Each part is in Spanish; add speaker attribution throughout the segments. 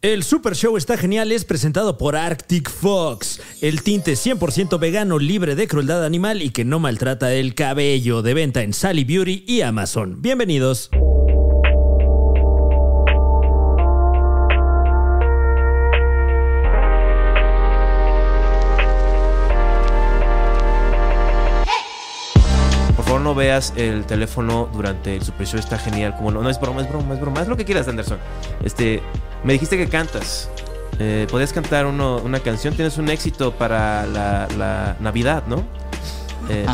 Speaker 1: El Super Show está genial, es presentado por Arctic Fox, el tinte 100% vegano, libre de crueldad animal y que no maltrata el cabello, de venta en Sally Beauty y Amazon. Bienvenidos.
Speaker 2: Por favor, no veas el teléfono durante el Super Show. Está genial. Como no, no es broma, es broma, es broma. Es lo que quieras, Anderson. Este, me dijiste que cantas. Eh, Podías cantar uno- una canción. Tienes un éxito para la, la Navidad, ¿no? Eh,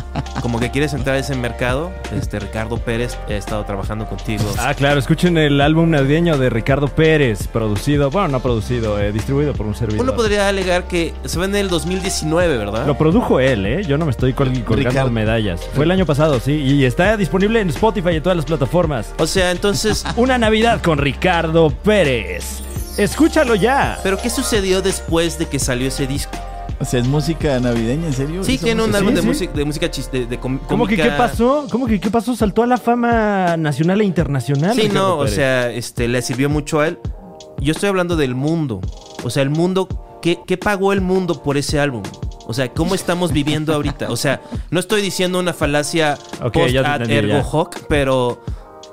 Speaker 2: como que quieres entrar a ese mercado. Este, Ricardo Pérez he estado trabajando contigo.
Speaker 3: Ah, claro, escuchen el álbum navideño de Ricardo Pérez, producido, bueno, no producido, eh, distribuido por un servidor.
Speaker 2: Uno podría alegar que se ve en el 2019, ¿verdad?
Speaker 3: Lo produjo él, ¿eh? Yo no me estoy col- colgando
Speaker 4: Ricardo.
Speaker 3: medallas. Fue el año pasado, sí, y está disponible en Spotify y en todas las plataformas.
Speaker 2: O sea, entonces,
Speaker 3: Una Navidad con Ricardo Pérez. Escúchalo ya.
Speaker 2: ¿pero qué sucedió después de que salió ese disco?
Speaker 4: O sea, es música navideña, ¿en serio?
Speaker 2: Sí,
Speaker 4: ¿Hizo
Speaker 2: tiene un
Speaker 4: música?
Speaker 3: sí,
Speaker 2: álbum de,
Speaker 3: sí.
Speaker 2: música, de música chis- de, de com-
Speaker 3: ¿Cómo que qué
Speaker 2: cómica.
Speaker 3: pasó? ¿Cómo que qué pasó? ¿Saltó a la fama nacional e internacional?
Speaker 2: Sí,
Speaker 3: Ricardo
Speaker 2: no, o
Speaker 3: Pérez?
Speaker 2: sea, este, le sirvió mucho a él. Yo estoy hablando del mundo. O sea, el mundo, ¿qué, qué pagó el mundo por ese álbum? O sea, ¿cómo estamos viviendo ahorita? O sea, no estoy diciendo una falacia
Speaker 3: Ok,
Speaker 2: post
Speaker 3: ya te
Speaker 2: ad
Speaker 3: entendí,
Speaker 2: ergo
Speaker 3: ya.
Speaker 2: hoc, pero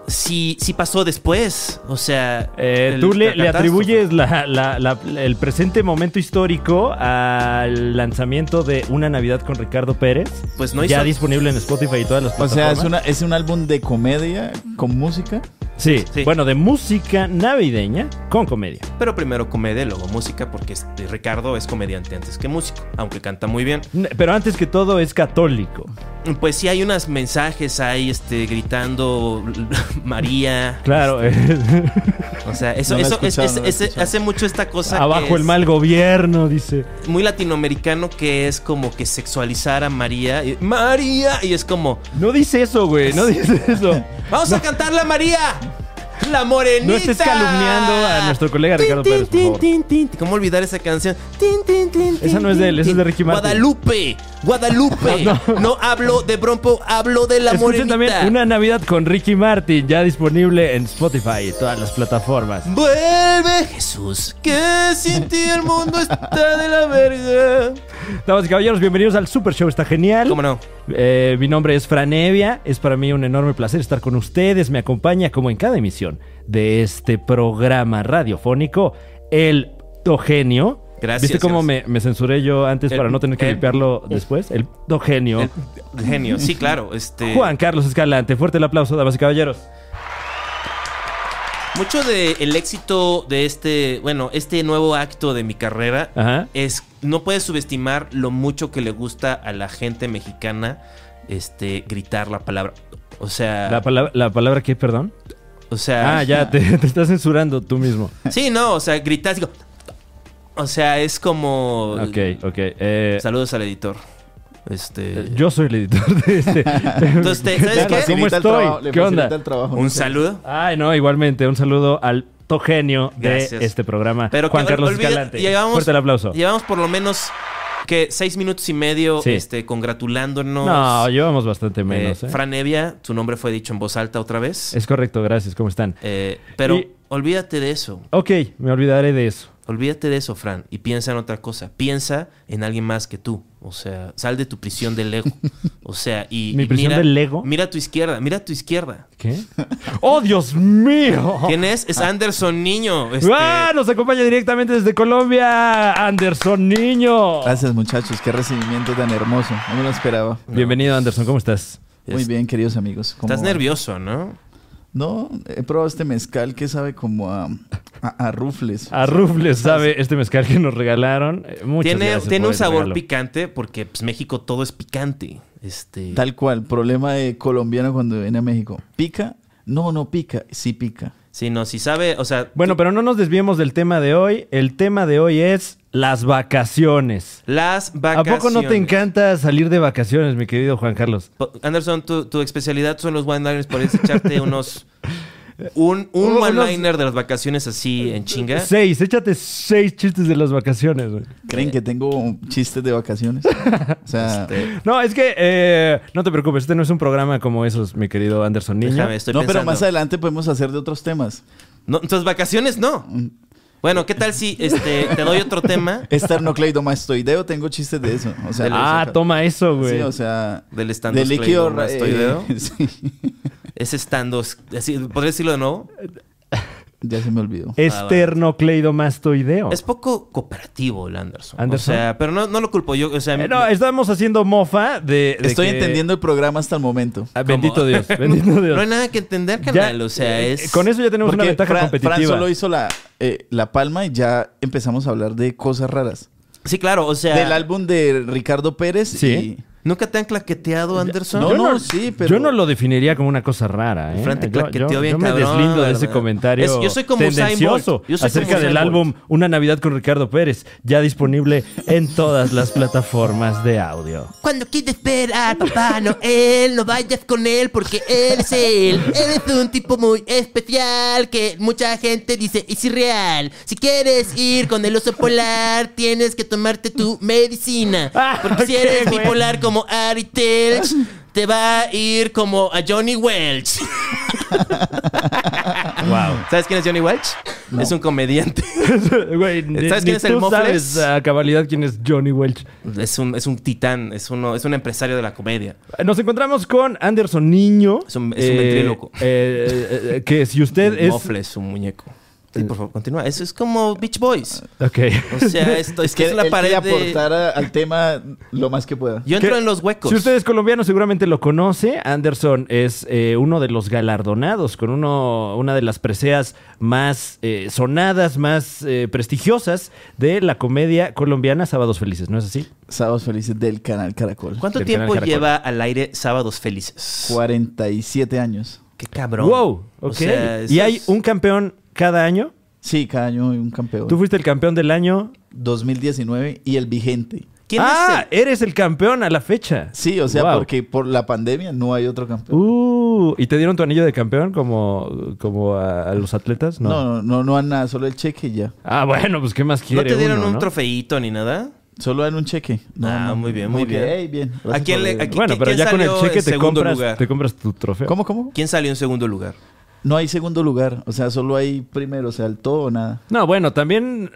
Speaker 2: sí, sí pasó después. O sea,
Speaker 3: Eh,
Speaker 2: el-
Speaker 3: tú le,
Speaker 2: la
Speaker 3: le
Speaker 2: catástrofe.
Speaker 3: atribuyes la- la- la- el presente momento histórico al lanzamiento de Una Navidad con Ricardo Pérez.
Speaker 2: Pues no hizo-
Speaker 3: Ya disponible en Spotify y todas las
Speaker 4: O sea,
Speaker 3: plataformas.
Speaker 4: es, una, es un álbum de comedia con música.
Speaker 3: Sí,
Speaker 2: Sí.
Speaker 3: bueno, de música navideña con comedia.
Speaker 2: Pero primero comedia, luego música, porque este, Ricardo es comediante antes que músico, aunque canta muy bien.
Speaker 3: N- Pero antes que todo es católico.
Speaker 2: Pues sí hay unos mensajes ahí, este, gritando María.
Speaker 3: Claro,
Speaker 2: O sea, eso,
Speaker 4: No la he
Speaker 2: eso es-
Speaker 4: escuchado,
Speaker 2: es-
Speaker 4: no la he
Speaker 2: es-
Speaker 4: escuchado.
Speaker 2: hace mucho esta cosa. que
Speaker 3: abajo el
Speaker 2: es
Speaker 3: mal gobierno, dice.
Speaker 2: Muy latinoamericano que es como que sexualizar a María. y- ¡María! Y es como,
Speaker 3: No dice eso, güey, no dice eso.
Speaker 2: ¡vamos a cantarla María! ¡La morenita!
Speaker 3: No estés calumniando a nuestro colega
Speaker 2: Tin,
Speaker 3: Ricardo
Speaker 2: tin,
Speaker 3: Pérez, por
Speaker 2: tin,
Speaker 3: favor.
Speaker 2: tin, tin. ¿Cómo olvidar esa canción? Tin, tin, tin,
Speaker 3: Esa
Speaker 2: tin,
Speaker 3: no es de él,
Speaker 2: tin,
Speaker 3: esa es de
Speaker 2: tin.
Speaker 3: Ricky Martin.
Speaker 2: Guadalupe, Guadalupe. no, hablo de Brompo, hablo de la
Speaker 3: Escuchen
Speaker 2: morenita.
Speaker 3: también Una Navidad con Ricky Martin, ya disponible en Spotify y todas las plataformas.
Speaker 2: Vuelve Jesús, que sin ti el mundo está de la verga.
Speaker 3: Damas y caballeros, bienvenidos al Super Show, está genial.
Speaker 2: ¿Cómo no?
Speaker 3: Eh, mi nombre es Franevia, es para mí un enorme placer estar con ustedes, me acompaña como en cada emisión de este programa radiofónico, el Togenio.
Speaker 2: Gracias,
Speaker 3: ¿Viste cómo me,
Speaker 2: gracias.
Speaker 3: me censuré yo antes
Speaker 2: El-
Speaker 3: para no tener que
Speaker 2: el-
Speaker 3: limpiarlo después? El Togenio.
Speaker 2: El- genio, sí, claro. Este,
Speaker 3: Juan Carlos Escalante, fuerte el aplauso, damas y caballeros.
Speaker 2: Mucho del el éxito de este, bueno, este nuevo acto de mi carrera
Speaker 3: Ajá.
Speaker 2: es, no puedes subestimar lo mucho que le gusta a la gente mexicana este, gritar la palabra. O sea,
Speaker 3: La palabra, la palabra que, perdón.
Speaker 2: o sea,
Speaker 3: Ah, ya, te, te estás censurando tú mismo.
Speaker 2: sí, no, o sea, gritas, digo, o sea, es como,
Speaker 3: Ok, ok. eh,
Speaker 2: saludos al editor. Este,
Speaker 3: yo soy el editor de este.
Speaker 2: Entonces, te- ¿sabes
Speaker 4: Le
Speaker 2: qué?
Speaker 4: facilita el
Speaker 3: estoy?
Speaker 4: trabajo- le
Speaker 3: ¿Qué onda?
Speaker 4: facilita el trabajo.
Speaker 2: un saludo.
Speaker 3: Ay, no, igualmente, un saludo al togenio de
Speaker 2: Gracias.
Speaker 3: este programa,
Speaker 2: Pero
Speaker 3: Juan
Speaker 2: que
Speaker 3: Carlos
Speaker 2: olvida-
Speaker 3: Escalante.
Speaker 2: llevamos-
Speaker 3: Fuerte el aplauso.
Speaker 2: Llevamos por lo menos que seis minutos y medio
Speaker 3: Sí.
Speaker 2: este, congratulándonos.
Speaker 3: No, llevamos bastante
Speaker 2: Eh,
Speaker 3: menos. ¿eh?
Speaker 2: Fran Evia, tu nombre fue dicho en voz alta otra vez.
Speaker 3: Es correcto, gracias, ¿cómo están?
Speaker 2: Eh, pero
Speaker 3: Y-
Speaker 2: olvídate de eso.
Speaker 3: Ok, me olvidaré de eso.
Speaker 2: Olvídate de eso, Fran, y piensa en otra cosa. Piensa en alguien más que tú. O sea, sal de tu prisión del ego. O sea, y.
Speaker 3: ¿Mi
Speaker 2: y
Speaker 3: prisión
Speaker 2: mira,
Speaker 3: del ego?
Speaker 2: Mira a tu izquierda, mira a tu izquierda.
Speaker 3: ¿Qué? ¡Oh, Dios mío!
Speaker 2: ¿Quién es? Es Anderson Niño. este,
Speaker 3: Oh. ¡Ah! Nos acompaña directamente desde Colombia, Anderson Niño.
Speaker 4: Gracias, muchachos. Qué recibimiento tan hermoso. No me lo esperaba.
Speaker 3: Bienvenido, Anderson, ¿cómo estás?
Speaker 4: Muy bien, queridos amigos. ¿Cómo
Speaker 2: Estás
Speaker 4: van?
Speaker 2: nervioso, ¿no?
Speaker 4: No, he probado este mezcal que sabe como a, a, a rufles.
Speaker 3: A Rufles sabe este mezcal que nos regalaron. Eh, Muchas
Speaker 2: Tiene,
Speaker 3: gracias
Speaker 2: tiene
Speaker 3: por
Speaker 2: un
Speaker 3: el
Speaker 2: sabor
Speaker 3: regalo.
Speaker 2: picante porque pues, México todo es picante. Este,
Speaker 4: Tal cual, problema de colombiano cuando viene a México. ¿Pica? No, no pica. Sí pica.
Speaker 2: Sí, no, si sabe, o sea,
Speaker 3: Bueno, pero no nos desviemos del tema de hoy. El tema de hoy es las vacaciones.
Speaker 2: las
Speaker 3: ¿A
Speaker 2: vacaciones.
Speaker 3: poco no te encanta salir de vacaciones, mi querido Juan Carlos?
Speaker 2: Po- Anderson, tu, tu especialidad son los one-liners, podrías echarte unos... Un, un
Speaker 3: Unos-
Speaker 2: one-liner de las vacaciones así en chinga.
Speaker 3: Seis, échate seis chistes de las vacaciones. güey.
Speaker 4: ¿Creen que tengo chistes de vacaciones? O sea,
Speaker 2: Este,
Speaker 3: No, es que eh, no te preocupes, este no es un programa como esos, mi querido Anderson Niño.
Speaker 2: déjame, estoy
Speaker 4: no,
Speaker 2: pensando.
Speaker 4: pero más adelante podemos hacer de otros temas.
Speaker 3: Mm.
Speaker 2: No, entonces, vacaciones no. Bueno, ¿qué tal si este, te doy otro tema
Speaker 4: Esternocleidomastoideo, tengo chistes de eso. O sea,
Speaker 3: Ah, toma eso, güey.
Speaker 4: Sí, o sea,
Speaker 2: del
Speaker 4: de líquido. ra-
Speaker 2: estandoscleidomastoideo?
Speaker 4: eh, sí.
Speaker 2: Es estandos... así, ¿Podrías decirlo de nuevo?
Speaker 4: ya se me olvidó.
Speaker 3: Eh, Esternocleidomastoideo.
Speaker 2: Es poco cooperativo el Anderson.
Speaker 3: Oh. ¿Anderson?
Speaker 2: O sea, pero no, no lo culpo yo. O sea,
Speaker 3: Eh, no, estamos haciendo mofa de. de
Speaker 4: Estoy
Speaker 3: que-
Speaker 4: entendiendo el programa hasta el momento.
Speaker 3: Ah, bendito Dios, bendito Dios.
Speaker 2: no hay nada que entender,
Speaker 3: Ya,
Speaker 2: carnal. o sea,
Speaker 3: eh,
Speaker 2: es...
Speaker 3: Con eso ya tenemos una
Speaker 4: Porque
Speaker 3: ventaja
Speaker 4: Fran-
Speaker 3: competitiva.
Speaker 4: Fran solo hizo la, eh, la palma y ya empezamos a hablar de cosas raras.
Speaker 2: Sí, claro, o sea...
Speaker 4: Del álbum de Ricardo Pérez.
Speaker 3: Sí.
Speaker 4: y-
Speaker 2: ¿Nunca te han claqueteado, Anderson?
Speaker 4: No, no, sí, pero.
Speaker 3: Yo no lo definiría como una cosa rara, ¿eh?
Speaker 2: Fran te
Speaker 3: Yo-
Speaker 2: claqueteó
Speaker 3: yo,
Speaker 2: bien
Speaker 3: yo me
Speaker 2: cabrón,
Speaker 3: deslindo de
Speaker 2: ¿verdad?
Speaker 3: ese comentario
Speaker 2: Es- yo soy como Usain Bolt.
Speaker 3: tendencioso
Speaker 2: Yo soy
Speaker 3: acerca
Speaker 2: como
Speaker 3: del
Speaker 2: Usain Bolt.
Speaker 3: álbum Una Navidad con Ricardo Pérez, ya disponible en todas las plataformas de audio.
Speaker 2: Cuando quieres ver a Papá Noel, no vayas con él porque él es él. Él es un tipo muy especial que mucha gente dice es irreal. Si quieres ir con el oso polar, tienes que tomarte tu medicina.
Speaker 3: Ah,
Speaker 2: Porque si
Speaker 3: ok,
Speaker 2: eres
Speaker 3: güey.
Speaker 2: bipolar como Ari Telch, te va a ir como a Johnny Welch.
Speaker 3: Wow.
Speaker 2: ¿Sabes quién es Johnny Welch? Es un comediante.
Speaker 3: Güey, ni-
Speaker 2: ¿Sabes
Speaker 3: ni
Speaker 2: quién es el
Speaker 3: tú
Speaker 2: Mofles?
Speaker 3: sabes a cabalidad quién es Johnny Welch.
Speaker 2: Es un, es un titán, es, uno, es un empresario de la comedia.
Speaker 3: Nos encontramos con Anderson Niño.
Speaker 2: Es un- es un ventríloco.
Speaker 3: eh, eh, eh, que si usted es...
Speaker 2: Mofles, un muñeco. Sí, por favor, continúa. Eso es como Beach Boys.
Speaker 3: Ok.
Speaker 2: O sea, esto es que es
Speaker 4: él
Speaker 2: la
Speaker 4: quiere
Speaker 2: pared de...
Speaker 4: aportar a- al tema lo más que pueda.
Speaker 2: Yo entro
Speaker 3: ¿Qué?
Speaker 2: en los huecos.
Speaker 3: Si usted es colombiano, seguramente lo conoce. Anderson es eh, uno de los galardonados con uno, una de las preseas más eh, sonadas, más eh, prestigiosas de la comedia colombiana Sábados Felices, ¿no es así?
Speaker 4: Sábados felices del canal Caracol.
Speaker 2: ¿Cuánto
Speaker 3: Del
Speaker 2: tiempo
Speaker 3: canal Caracol.
Speaker 2: lleva al aire Sábados Felices?
Speaker 4: 47 años.
Speaker 2: Qué cabrón.
Speaker 3: ¡Wow!
Speaker 2: O
Speaker 3: Ok.
Speaker 2: sea, eso
Speaker 3: y hay
Speaker 2: es-
Speaker 3: un campeón cada año.
Speaker 4: Sí, cada año hay un campeón.
Speaker 3: Tú fuiste el campeón del año.
Speaker 4: 2019 y el vigente.
Speaker 2: ¿Quién
Speaker 3: ah,
Speaker 2: es
Speaker 3: eres el campeón a la fecha.
Speaker 4: Sí, o sea,
Speaker 3: Wow.
Speaker 4: porque por la pandemia no hay otro campeón.
Speaker 3: Uh, ¿y te dieron tu anillo de campeón como, como a, a los atletas? No.
Speaker 4: no, no, no, no dan nada, solo el cheque y ya.
Speaker 3: Ah, bueno, pues ¿qué más
Speaker 2: el? ¿No
Speaker 3: quiere
Speaker 2: te dieron
Speaker 3: uno,
Speaker 2: un
Speaker 3: no?
Speaker 2: trofeito ni nada?
Speaker 4: Solo dan un cheque. No,
Speaker 2: Ah,
Speaker 4: no,
Speaker 2: muy bien,
Speaker 4: no,
Speaker 2: muy bien.
Speaker 4: Ey, bien.
Speaker 2: ¿A
Speaker 4: Gracias
Speaker 2: quién
Speaker 4: por
Speaker 2: le-
Speaker 4: venir.
Speaker 2: a quién-
Speaker 3: Bueno, pero
Speaker 2: quién
Speaker 3: ya con el
Speaker 2: salió
Speaker 3: cheque
Speaker 2: en
Speaker 3: te
Speaker 2: segundo
Speaker 3: compras,
Speaker 2: lugar?
Speaker 3: te compras tu trofeo.
Speaker 4: ¿Cómo, cómo?
Speaker 2: ¿Quién salió en segundo lugar?
Speaker 4: No hay segundo lugar. O sea, solo hay primero, o sea, el todo o nada.
Speaker 3: No, bueno, también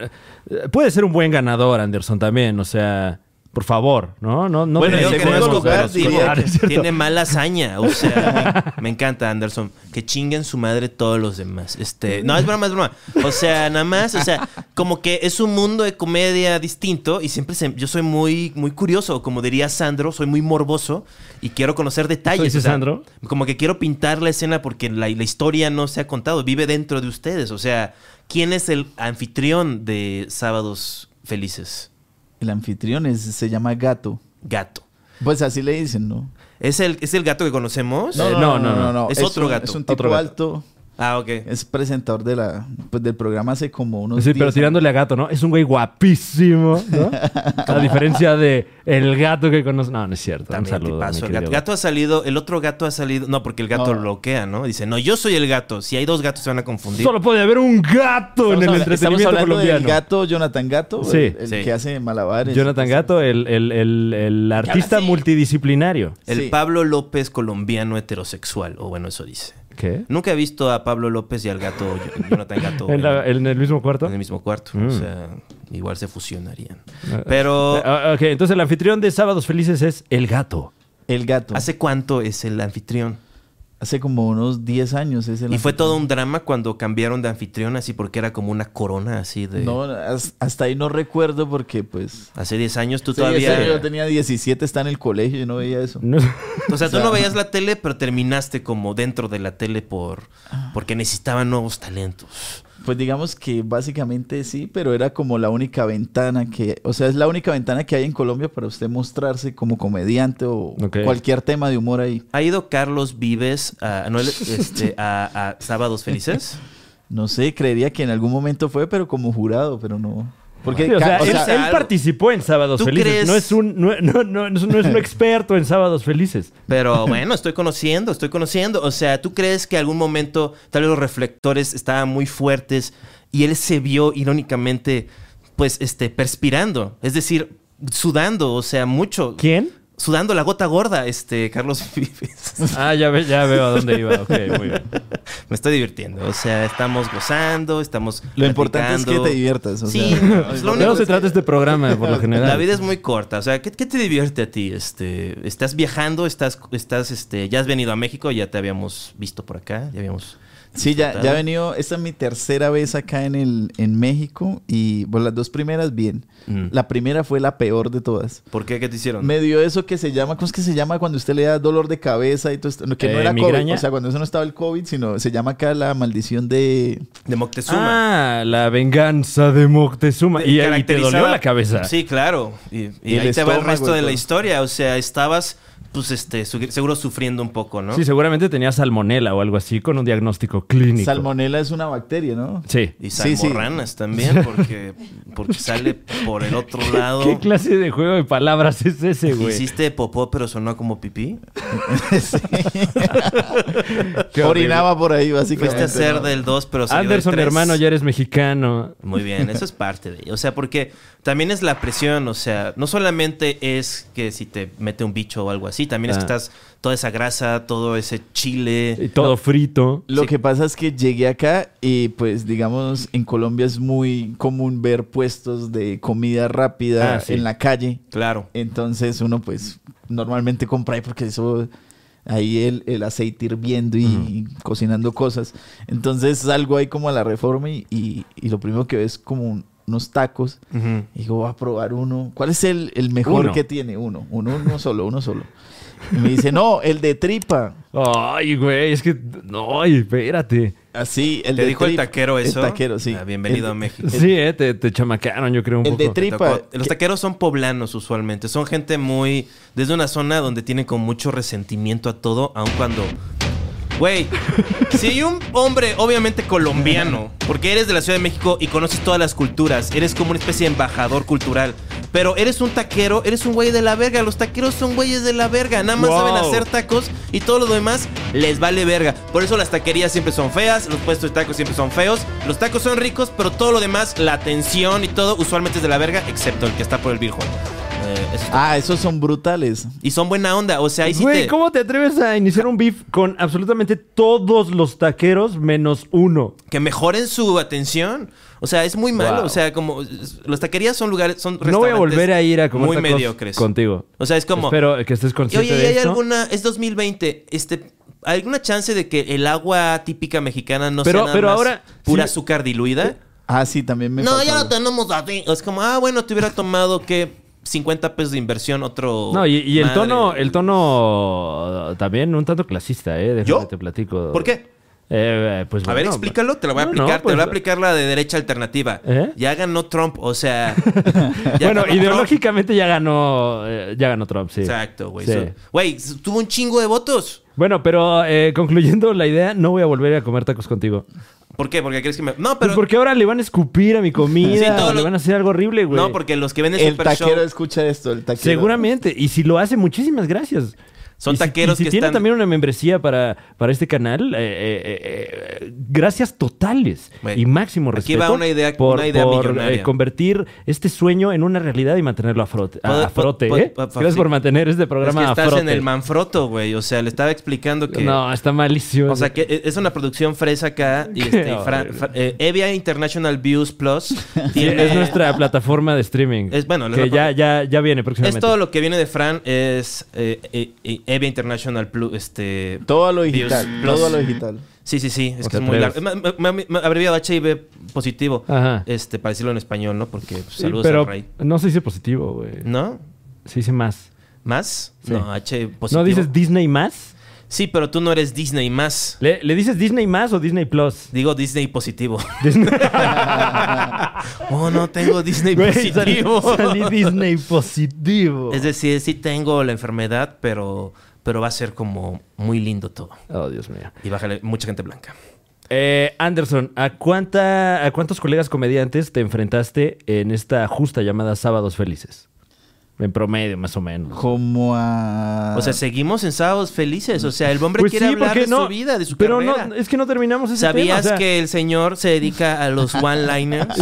Speaker 3: eh, puede ser un buen ganador, Anderson, también. O sea, por favor, ¿no? No, no
Speaker 4: Bueno,
Speaker 2: Yo
Speaker 4: en
Speaker 2: que
Speaker 3: pensemos
Speaker 4: segundo
Speaker 2: conozco,
Speaker 4: lugar
Speaker 2: pero sí,
Speaker 4: diría
Speaker 2: tiene-
Speaker 3: que- Ah, ¿cierto?
Speaker 2: tiene mala hazaña. O sea, me, me encanta, Anderson. Que chinguen su madre todos los demás. Este, no, es broma, es broma. O sea, nada más, o sea, como que es un mundo de comedia distinto y siempre se- yo soy muy, muy curioso. Como diría Sandro, soy muy morboso y quiero conocer detalles.
Speaker 3: dices
Speaker 2: o sea,
Speaker 3: Sandro?
Speaker 2: Como que quiero pintar la escena porque la, la historia no se ha contado. Vive dentro de ustedes. O sea, ¿quién es el anfitrión de Sábados Felices?
Speaker 4: El anfitrión es- se llama Gato.
Speaker 2: Gato.
Speaker 4: Pues así le dicen, ¿no?
Speaker 2: ¿Es el, ¿Es el gato que conocemos?
Speaker 3: No, Eh, no, no.
Speaker 2: Es otro
Speaker 4: un-
Speaker 2: gato.
Speaker 4: Es un tipo
Speaker 3: Otro gato.
Speaker 4: alto.
Speaker 2: Ah, ok.
Speaker 4: Es presentador de la, pues, del programa hace como unos.
Speaker 3: Sí, pero
Speaker 4: 10
Speaker 3: tirándole a gato, ¿no? Es un güey guapísimo, ¿no? A diferencia de el gato que conoce. No, no es cierto.
Speaker 2: También
Speaker 3: un saludo. mi
Speaker 2: tipazo, el
Speaker 3: querido
Speaker 2: gato. gato ha salido, el otro gato ha salido. No, porque el gato
Speaker 4: No.
Speaker 2: bloquea, ¿no? Dice, no, yo soy el gato. Si hay dos gatos se van a
Speaker 3: gato.
Speaker 2: confundir.
Speaker 3: Solo puede haber un gato en el
Speaker 4: Estamos habla- Estamos
Speaker 3: entretenimiento
Speaker 4: hablando
Speaker 3: colombiano.
Speaker 4: del gato Jonathan Gato,
Speaker 3: Sí.
Speaker 4: el, el
Speaker 2: Sí.
Speaker 4: que hace malabares.
Speaker 3: Jonathan Gato, el, el- el- el artista multidisciplinario.
Speaker 2: El
Speaker 4: Sí.
Speaker 2: Pablo López colombiano heterosexual. O bueno, eso dice.
Speaker 3: ¿Qué?
Speaker 2: Nunca he visto a Pablo López y al gato Yo- Jonathan Gato
Speaker 3: ¿En,
Speaker 2: en,
Speaker 3: la- en el mismo cuarto?
Speaker 2: en el mismo cuarto.
Speaker 3: Mm.
Speaker 2: O sea, igual se fusionarían. Pero,
Speaker 3: Ah, ok, entonces el anfitrión de Sábados Felices es el gato.
Speaker 4: El gato. Hace,
Speaker 2: ¿hace cuánto es el anfitrión?
Speaker 4: como unos 10 años. Es el
Speaker 2: Y fue
Speaker 4: anfitrión.
Speaker 2: todo un drama cuando cambiaron de anfitrión así porque era como una corona así de...
Speaker 4: No, has- hasta ahí no recuerdo porque, pues.
Speaker 2: Hace 10 años tú
Speaker 4: sí,
Speaker 2: todavía...
Speaker 4: ese yo tenía 17, está en el colegio y no veía eso.
Speaker 3: No-
Speaker 2: O sea, tú no veías la tele, pero terminaste como dentro de la tele por porque necesitaban nuevos talentos.
Speaker 4: Pues digamos que básicamente sí, pero era como la única ventana que. O sea, es la única ventana que hay en Colombia para usted mostrarse como comediante o
Speaker 3: Ok.
Speaker 4: cualquier tema de humor ahí.
Speaker 2: ¿Ha ido Carlos Vives a, no, el- este, a, a Sábados Felices?
Speaker 4: No sé, creería que en algún momento fue, pero como jurado, pero no. Porque
Speaker 3: Sí, o sea,
Speaker 4: ca- o
Speaker 3: él,
Speaker 4: sea,
Speaker 3: él participó en Sábados
Speaker 2: ¿Tú
Speaker 3: Felices.
Speaker 2: crees?
Speaker 3: No es un no, no- no- no es- no es un experto en Sábados Felices.
Speaker 2: Pero bueno, estoy conociendo, estoy conociendo. O sea, ¿tú crees que algún momento tal vez los reflectores estaban muy fuertes y él se vio irónicamente, pues, este, perspirando? Es decir, sudando, o sea, mucho.
Speaker 3: ¿Quién?
Speaker 2: sudando la gota gorda, este Carlos Vives.
Speaker 3: Ah, ya, ve- ya veo a dónde iba. Ok, muy bien.
Speaker 2: Me estoy divirtiendo. O sea, estamos gozando, estamos.
Speaker 4: Lo importante es que te
Speaker 2: platicando.
Speaker 4: diviertas. o
Speaker 2: Sí,
Speaker 4: sea.
Speaker 2: no, es lo
Speaker 3: De eso
Speaker 2: único
Speaker 3: se
Speaker 2: es que-
Speaker 3: trata este programa, por lo general.
Speaker 2: La vida es muy corta. O sea, ¿qué, qué te divierte a ti? Este, estás viajando, estás, estás, este, ya has venido a México, ya te habíamos visto por acá, ya habíamos.
Speaker 4: Sí, ya, ya
Speaker 2: disfrutado.
Speaker 4: he venido. Esta es mi tercera vez acá en, el, en México y bueno, las dos primeras bien.
Speaker 2: Mm.
Speaker 4: La primera fue la peor de todas.
Speaker 2: ¿Por qué? ¿Qué te hicieron?
Speaker 4: Me dio eso que se llama, ¿cómo es que se llama cuando usted le da dolor de cabeza y todo esto? No, Que no
Speaker 3: Eh,
Speaker 4: era COVID.
Speaker 3: migraña.
Speaker 4: O sea, cuando eso no estaba el COVID, sino se llama acá la maldición de.
Speaker 2: De Moctezuma.
Speaker 3: Ah, la venganza de Moctezuma.
Speaker 2: De-
Speaker 3: Y, y te
Speaker 2: caracterizada-
Speaker 3: dolió la cabeza.
Speaker 2: Sí, claro. Y, y
Speaker 4: Y el
Speaker 2: ahí te va el
Speaker 4: estómago y
Speaker 2: resto de
Speaker 4: todo.
Speaker 2: la historia. O sea, estabas, pues, este, su- seguro sufriendo un poco, ¿no?
Speaker 3: Sí, seguramente tenía salmonela o algo así con un diagnóstico clínico.
Speaker 4: Salmonela es una bacteria, ¿no?
Speaker 3: Sí.
Speaker 2: Y
Speaker 4: Sí, sí.
Speaker 2: salmorranas también, porque, porque sale por el otro lado.
Speaker 3: ¿Qué clase de juego de palabras es ese, güey?
Speaker 2: Hiciste popó, pero sonó como pipí.
Speaker 4: Sí.
Speaker 3: Qué
Speaker 4: Orinaba por ahí, básicamente.
Speaker 2: Fuiste a hacer
Speaker 4: ¿no?
Speaker 2: del 2, pero salió del
Speaker 3: Anderson,
Speaker 2: tres.
Speaker 3: hermano, ya eres mexicano.
Speaker 2: Muy bien, eso es parte de. O sea, porque también es la presión, o sea, no solamente es que si te mete un bicho o algo así, también es que
Speaker 3: Ah.
Speaker 2: estás toda esa grasa, todo ese
Speaker 3: Y
Speaker 2: chile.
Speaker 3: todo frito.
Speaker 4: Lo
Speaker 2: Sí.
Speaker 4: que pasa es que llegué acá y pues digamos en Colombia es muy común ver puestos de comida rápida
Speaker 3: Ah, sí.
Speaker 4: en la calle.
Speaker 2: Claro.
Speaker 4: Entonces uno pues normalmente compra ahí porque eso ahí el, el aceite hirviendo y, cocinando cosas. Entonces salgo ahí como a la reforma y, y- y lo primero que ves es como un- unos tacos.
Speaker 2: Ujú.
Speaker 4: Y digo, voy a probar uno. ¿Cuál es el, el mejor
Speaker 3: Uno.
Speaker 4: que tiene? Uno, uno, uno solo, uno solo. Y me dice, no, el de tripa.
Speaker 3: Ay, güey, es que. No, ay, espérate.
Speaker 4: Así, el
Speaker 2: ¿Te
Speaker 4: de
Speaker 2: dijo el
Speaker 4: tripa.
Speaker 2: taquero eso?
Speaker 4: El taquero, sí.
Speaker 2: Ah, bienvenido
Speaker 4: El-
Speaker 2: a México.
Speaker 3: Sí, eh, te, te chamacaron, yo creo un
Speaker 4: El de
Speaker 3: poco.
Speaker 4: tri- Tripa.
Speaker 2: Tocó- Los taqueros son poblanos usualmente. Son gente muy. Desde una zona donde tienen con mucho resentimiento a todo, aun cuando. Güey, si hay un hombre, obviamente colombiano, porque eres de la Ciudad de México y conoces todas las culturas, eres como una especie de embajador cultural, pero eres un taquero, eres un güey de la verga, los taqueros son güeyes de la verga, nada más saben
Speaker 3: Wow.
Speaker 2: hacer tacos y todo lo demás les vale verga. Por eso las taquerías siempre son feas, los puestos de tacos siempre son feos, los tacos son ricos, pero todo lo demás, la atención y todo, usualmente es de la verga, excepto el que está por el Virgo.
Speaker 4: Ah, esos son brutales.
Speaker 2: y son buena onda, o sea, ahí sí
Speaker 3: Güey,
Speaker 2: te-
Speaker 3: ¿cómo te atreves a iniciar un beef con absolutamente todos los taqueros menos uno?
Speaker 2: que mejoren su atención. O sea, es muy malo.
Speaker 3: Wow.
Speaker 2: O sea, como es- las taquerías son lugares, son
Speaker 3: No voy a
Speaker 2: restaurantes
Speaker 3: volver a ir a comer
Speaker 2: muy
Speaker 3: tacos
Speaker 2: mediocres.
Speaker 3: contigo.
Speaker 2: O sea, es como
Speaker 3: Espero que estés
Speaker 2: y,
Speaker 3: consciente
Speaker 2: oye, ¿y
Speaker 3: de
Speaker 2: hay
Speaker 3: esto.
Speaker 2: alguna es 2020, este alguna chance de que el agua típica mexicana no
Speaker 3: Pero-
Speaker 2: sea nada
Speaker 3: pero
Speaker 2: más
Speaker 3: ahora-
Speaker 2: pura
Speaker 3: sí.
Speaker 2: azúcar diluida?
Speaker 4: Ah, sí, también me
Speaker 2: No,
Speaker 4: pasó
Speaker 2: ya lo
Speaker 4: algo.
Speaker 2: tenemos así. Es como, ah, bueno, te hubiera tomado que 50 pesos de inversión otro
Speaker 3: No, y, y el
Speaker 2: madre.
Speaker 3: tono, el tono uh, también un tanto clasista, ¿eh? Déjame
Speaker 2: ¿Yo?
Speaker 3: te platico.
Speaker 2: ¿Por qué?
Speaker 3: Eh, eh, pues
Speaker 2: A ver,
Speaker 3: bueno,
Speaker 2: explícalo, te lo voy a
Speaker 3: no, no,
Speaker 2: aplicar, te
Speaker 3: pues,
Speaker 2: lo voy a aplicar la de derecha alternativa.
Speaker 3: ¿Eh?
Speaker 2: Ya ganó Trump, o sea, ya ganó
Speaker 3: Bueno,
Speaker 2: Trump.
Speaker 3: ideológicamente ya ganó, eh, ya ganó Trump, sí.
Speaker 2: Exacto, güey.
Speaker 3: Sí.
Speaker 2: So- Güey, tuvo un chingo de votos.
Speaker 3: Bueno, pero eh, concluyendo la idea, no voy a volver a comer tacos contigo.
Speaker 2: ¿Por qué? Porque crees que me. No,
Speaker 3: Pues
Speaker 2: pero.
Speaker 3: porque ahora le van a escupir a mi
Speaker 2: Sí,
Speaker 3: comida,
Speaker 2: todo
Speaker 3: o le
Speaker 2: lo-
Speaker 3: van a hacer algo horrible, güey.
Speaker 2: no, porque los que venden
Speaker 4: El
Speaker 2: Super
Speaker 4: taquero
Speaker 2: Show
Speaker 4: escucha esto, el taquero.
Speaker 3: Seguramente. Y si lo hace, muchísimas gracias.
Speaker 2: Son
Speaker 3: Y si-
Speaker 2: taqueros
Speaker 3: y si
Speaker 2: que
Speaker 3: tiene
Speaker 2: están-
Speaker 3: también una membresía para, para este canal, eh, eh, eh, eh, gracias totales
Speaker 2: Güey,
Speaker 3: y máximo
Speaker 2: aquí
Speaker 3: respeto.
Speaker 2: va una idea-
Speaker 3: por,
Speaker 2: una idea
Speaker 3: por,
Speaker 2: millonaria.
Speaker 3: eh, convertir este sueño en una realidad y mantenerlo a frote. a-
Speaker 2: Pod-
Speaker 3: a frote,
Speaker 2: pod-
Speaker 3: ¿eh?
Speaker 2: pod- pod-
Speaker 3: Gracias
Speaker 2: sí.
Speaker 3: por mantener este
Speaker 2: es
Speaker 3: programa
Speaker 2: que
Speaker 3: a
Speaker 2: estás
Speaker 3: frote.
Speaker 2: en el Manfrotto, güey. O sea, le estaba explicando que.
Speaker 3: No, está malísimo.
Speaker 2: O sea, que e- es una producción fresa acá. Y este, y fra- fra- eh, Evia International Views Plus.
Speaker 3: Sí,
Speaker 2: tiene-
Speaker 3: es nuestra plataforma de streaming.
Speaker 2: Es- bueno, la-
Speaker 3: que ya, ya, ya viene próximamente.
Speaker 2: Es todo lo que viene de Fran. Es eh, eh, eh, Evia International Plus. Este,
Speaker 4: Todo lo digital,
Speaker 2: Views
Speaker 4: todo
Speaker 2: Plus.
Speaker 4: lo digital.
Speaker 2: Sí, sí, sí, es
Speaker 3: O
Speaker 2: que
Speaker 3: te
Speaker 2: es muy largo.
Speaker 3: atreves.
Speaker 2: Me, me- me- me abreviado HIV positivo.
Speaker 3: Ajá.
Speaker 2: Este, para decirlo en español, ¿no? Porque pues,
Speaker 3: Sí,
Speaker 2: saludos
Speaker 3: pero
Speaker 2: al rey.
Speaker 3: no se dice positivo, güey.
Speaker 2: ¿No?
Speaker 3: Se dice más.
Speaker 2: ¿Más?
Speaker 3: Sí.
Speaker 2: No, H positivo.
Speaker 3: ¿No dices Disney más?
Speaker 2: Sí, pero tú no eres Disney más.
Speaker 3: ¿Le, le dices Disney más o Disney Plus?
Speaker 2: Digo Disney positivo.
Speaker 3: Disney
Speaker 2: oh, no tengo Disney
Speaker 3: Güey, salí,
Speaker 2: positivo.
Speaker 3: salí Disney positivo.
Speaker 2: Es decir, sí tengo la enfermedad, pero, pero va a ser como muy lindo todo.
Speaker 3: Oh, Dios mío.
Speaker 2: Y bájale mucha gente blanca.
Speaker 3: Eh, Anderson, ¿a, cuánta, ¿a cuántos colegas comediantes te enfrentaste en esta justa llamada Sábados Felices? En promedio, más o menos.
Speaker 4: Como a...
Speaker 2: O sea, seguimos en sábados felices. O sea, el hombre
Speaker 3: Ah. Pues
Speaker 2: quiere
Speaker 3: sí,
Speaker 2: hablar
Speaker 3: porque
Speaker 2: de
Speaker 3: no-
Speaker 2: su vida, de su
Speaker 3: pero
Speaker 2: carrera.
Speaker 3: no, es que no terminamos ese
Speaker 2: ¿Sabías
Speaker 3: tema, o sea,
Speaker 2: que el señor se dedica a los one-liners?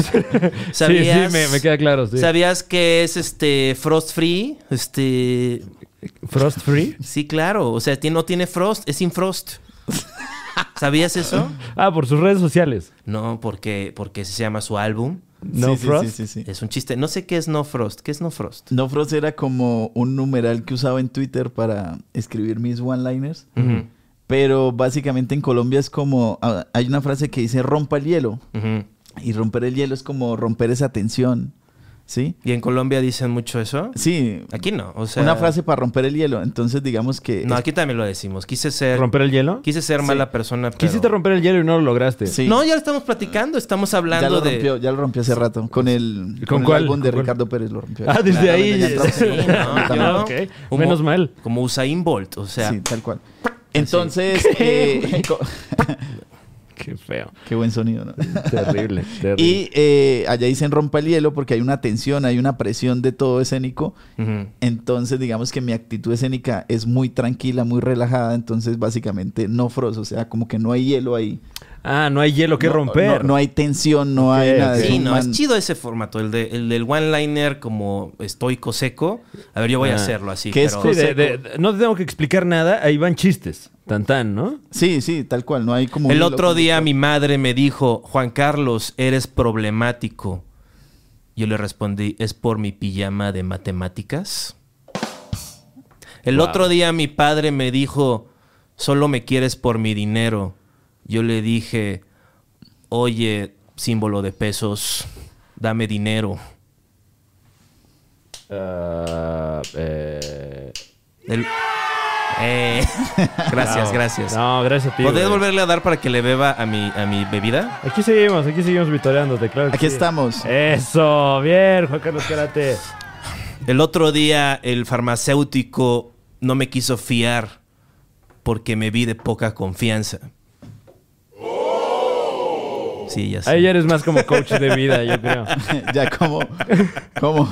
Speaker 3: Sí, sí, me, me queda claro, sí.
Speaker 2: ¿Sabías que es este frost free? Este.
Speaker 3: Frost Free.
Speaker 2: Sí, claro. O sea, ti- no tiene Frost, es sin Frost. ¿Sabías eso?
Speaker 3: Ah, por sus redes sociales.
Speaker 2: No, porque, porque así se llama su álbum.
Speaker 3: No
Speaker 4: Sí, sí,
Speaker 3: Frost.
Speaker 4: Sí, sí, sí.
Speaker 2: Es un chiste. No sé qué es No Frost. ¿Qué es No Frost?
Speaker 4: No Frost era como un numeral que usaba en Twitter para escribir mis one-liners.
Speaker 2: Ujú,
Speaker 4: Pero básicamente en Colombia es como. ah, Hay una frase que dice rompa el hielo.
Speaker 2: ujú.
Speaker 4: Y romper el hielo es como romper esa tensión. ¿Sí?
Speaker 2: ¿Y en Colombia dicen mucho eso?
Speaker 4: Sí.
Speaker 2: Aquí no. O sea,
Speaker 4: una frase para romper el hielo. Entonces, digamos que.
Speaker 2: No,
Speaker 4: es-
Speaker 2: aquí también lo decimos. Quise ser,
Speaker 3: ¿Romper el hielo?
Speaker 2: quise ser mala persona. Eh, pero-
Speaker 3: Quisiste romper el hielo y no lo lograste.
Speaker 4: sí.
Speaker 2: No, ya lo estamos platicando. Estamos hablando
Speaker 4: ya lo
Speaker 2: de.
Speaker 4: rompió, ya lo rompió hace rato. Con el,
Speaker 3: ¿Con
Speaker 4: con el
Speaker 3: cuál?
Speaker 4: álbum de
Speaker 3: ¿Con cuál?
Speaker 4: Ricardo Pérez lo rompió.
Speaker 3: Ah, desde
Speaker 2: Claro,
Speaker 3: ahí.
Speaker 2: de Jan Trump, sí, ¿no?
Speaker 3: Ah,
Speaker 2: Yo-
Speaker 3: ok.
Speaker 2: como-
Speaker 3: Menos mal.
Speaker 2: Como Usain Bolt. O sea, Ah,
Speaker 4: sí, tal cual. Entonces, eh, co-
Speaker 3: Qué feo.
Speaker 4: qué buen sonido, ¿no?
Speaker 3: Terrible, terrible.
Speaker 4: Y eh, allá dicen rompa el hielo porque hay una tensión, hay una presión de todo escénico.
Speaker 2: ujú.
Speaker 4: Entonces, digamos que mi actitud escénica es muy tranquila, muy relajada. Entonces, básicamente, no froz, o sea, como que no hay hielo ahí.
Speaker 3: Ah, no hay hielo que
Speaker 4: No-
Speaker 3: romper.
Speaker 4: No, no hay tensión, no hay
Speaker 3: Ok,
Speaker 4: nada.
Speaker 3: ok.
Speaker 4: de
Speaker 2: Sí, no, es
Speaker 4: man-
Speaker 2: chido ese formato, el, de, el del one-liner como estoico seco. A ver, yo voy a
Speaker 3: Ah.
Speaker 2: hacerlo así.
Speaker 4: ¿Qué es
Speaker 2: pero-
Speaker 3: Sí, de- de- de- no te tengo que explicar nada. Ahí van chistes. Tan tan, ¿no?
Speaker 4: Sí, sí, tal cual, no hay como... un
Speaker 2: El
Speaker 4: hilo
Speaker 2: otro día
Speaker 4: conductor.
Speaker 2: mi madre me dijo, Juan Carlos, eres problemático. Yo le respondí, es por mi pijama de matemáticas. El
Speaker 3: Wow.
Speaker 2: otro día mi padre me dijo, solo me quieres por mi dinero. Yo le dije, oye, símbolo de pesos, dame dinero.
Speaker 3: Ah, eh,
Speaker 2: El- Eh, gracias, gracias.
Speaker 3: No, gracias a ti.
Speaker 2: ¿Podrías
Speaker 3: güey.
Speaker 2: volverle a dar para que le beba a mi, a mi bebida?
Speaker 3: Aquí seguimos, aquí seguimos vitoreándote, claro. que
Speaker 4: Aquí
Speaker 3: sí.
Speaker 4: estamos.
Speaker 3: Eso, bien, Juan Carlos Karate.
Speaker 2: El otro día el farmacéutico no me quiso fiar porque me vi de poca confianza. Sí, ya sé.
Speaker 3: Ahí ya eres más como coach de vida, yo creo.
Speaker 4: ya como, como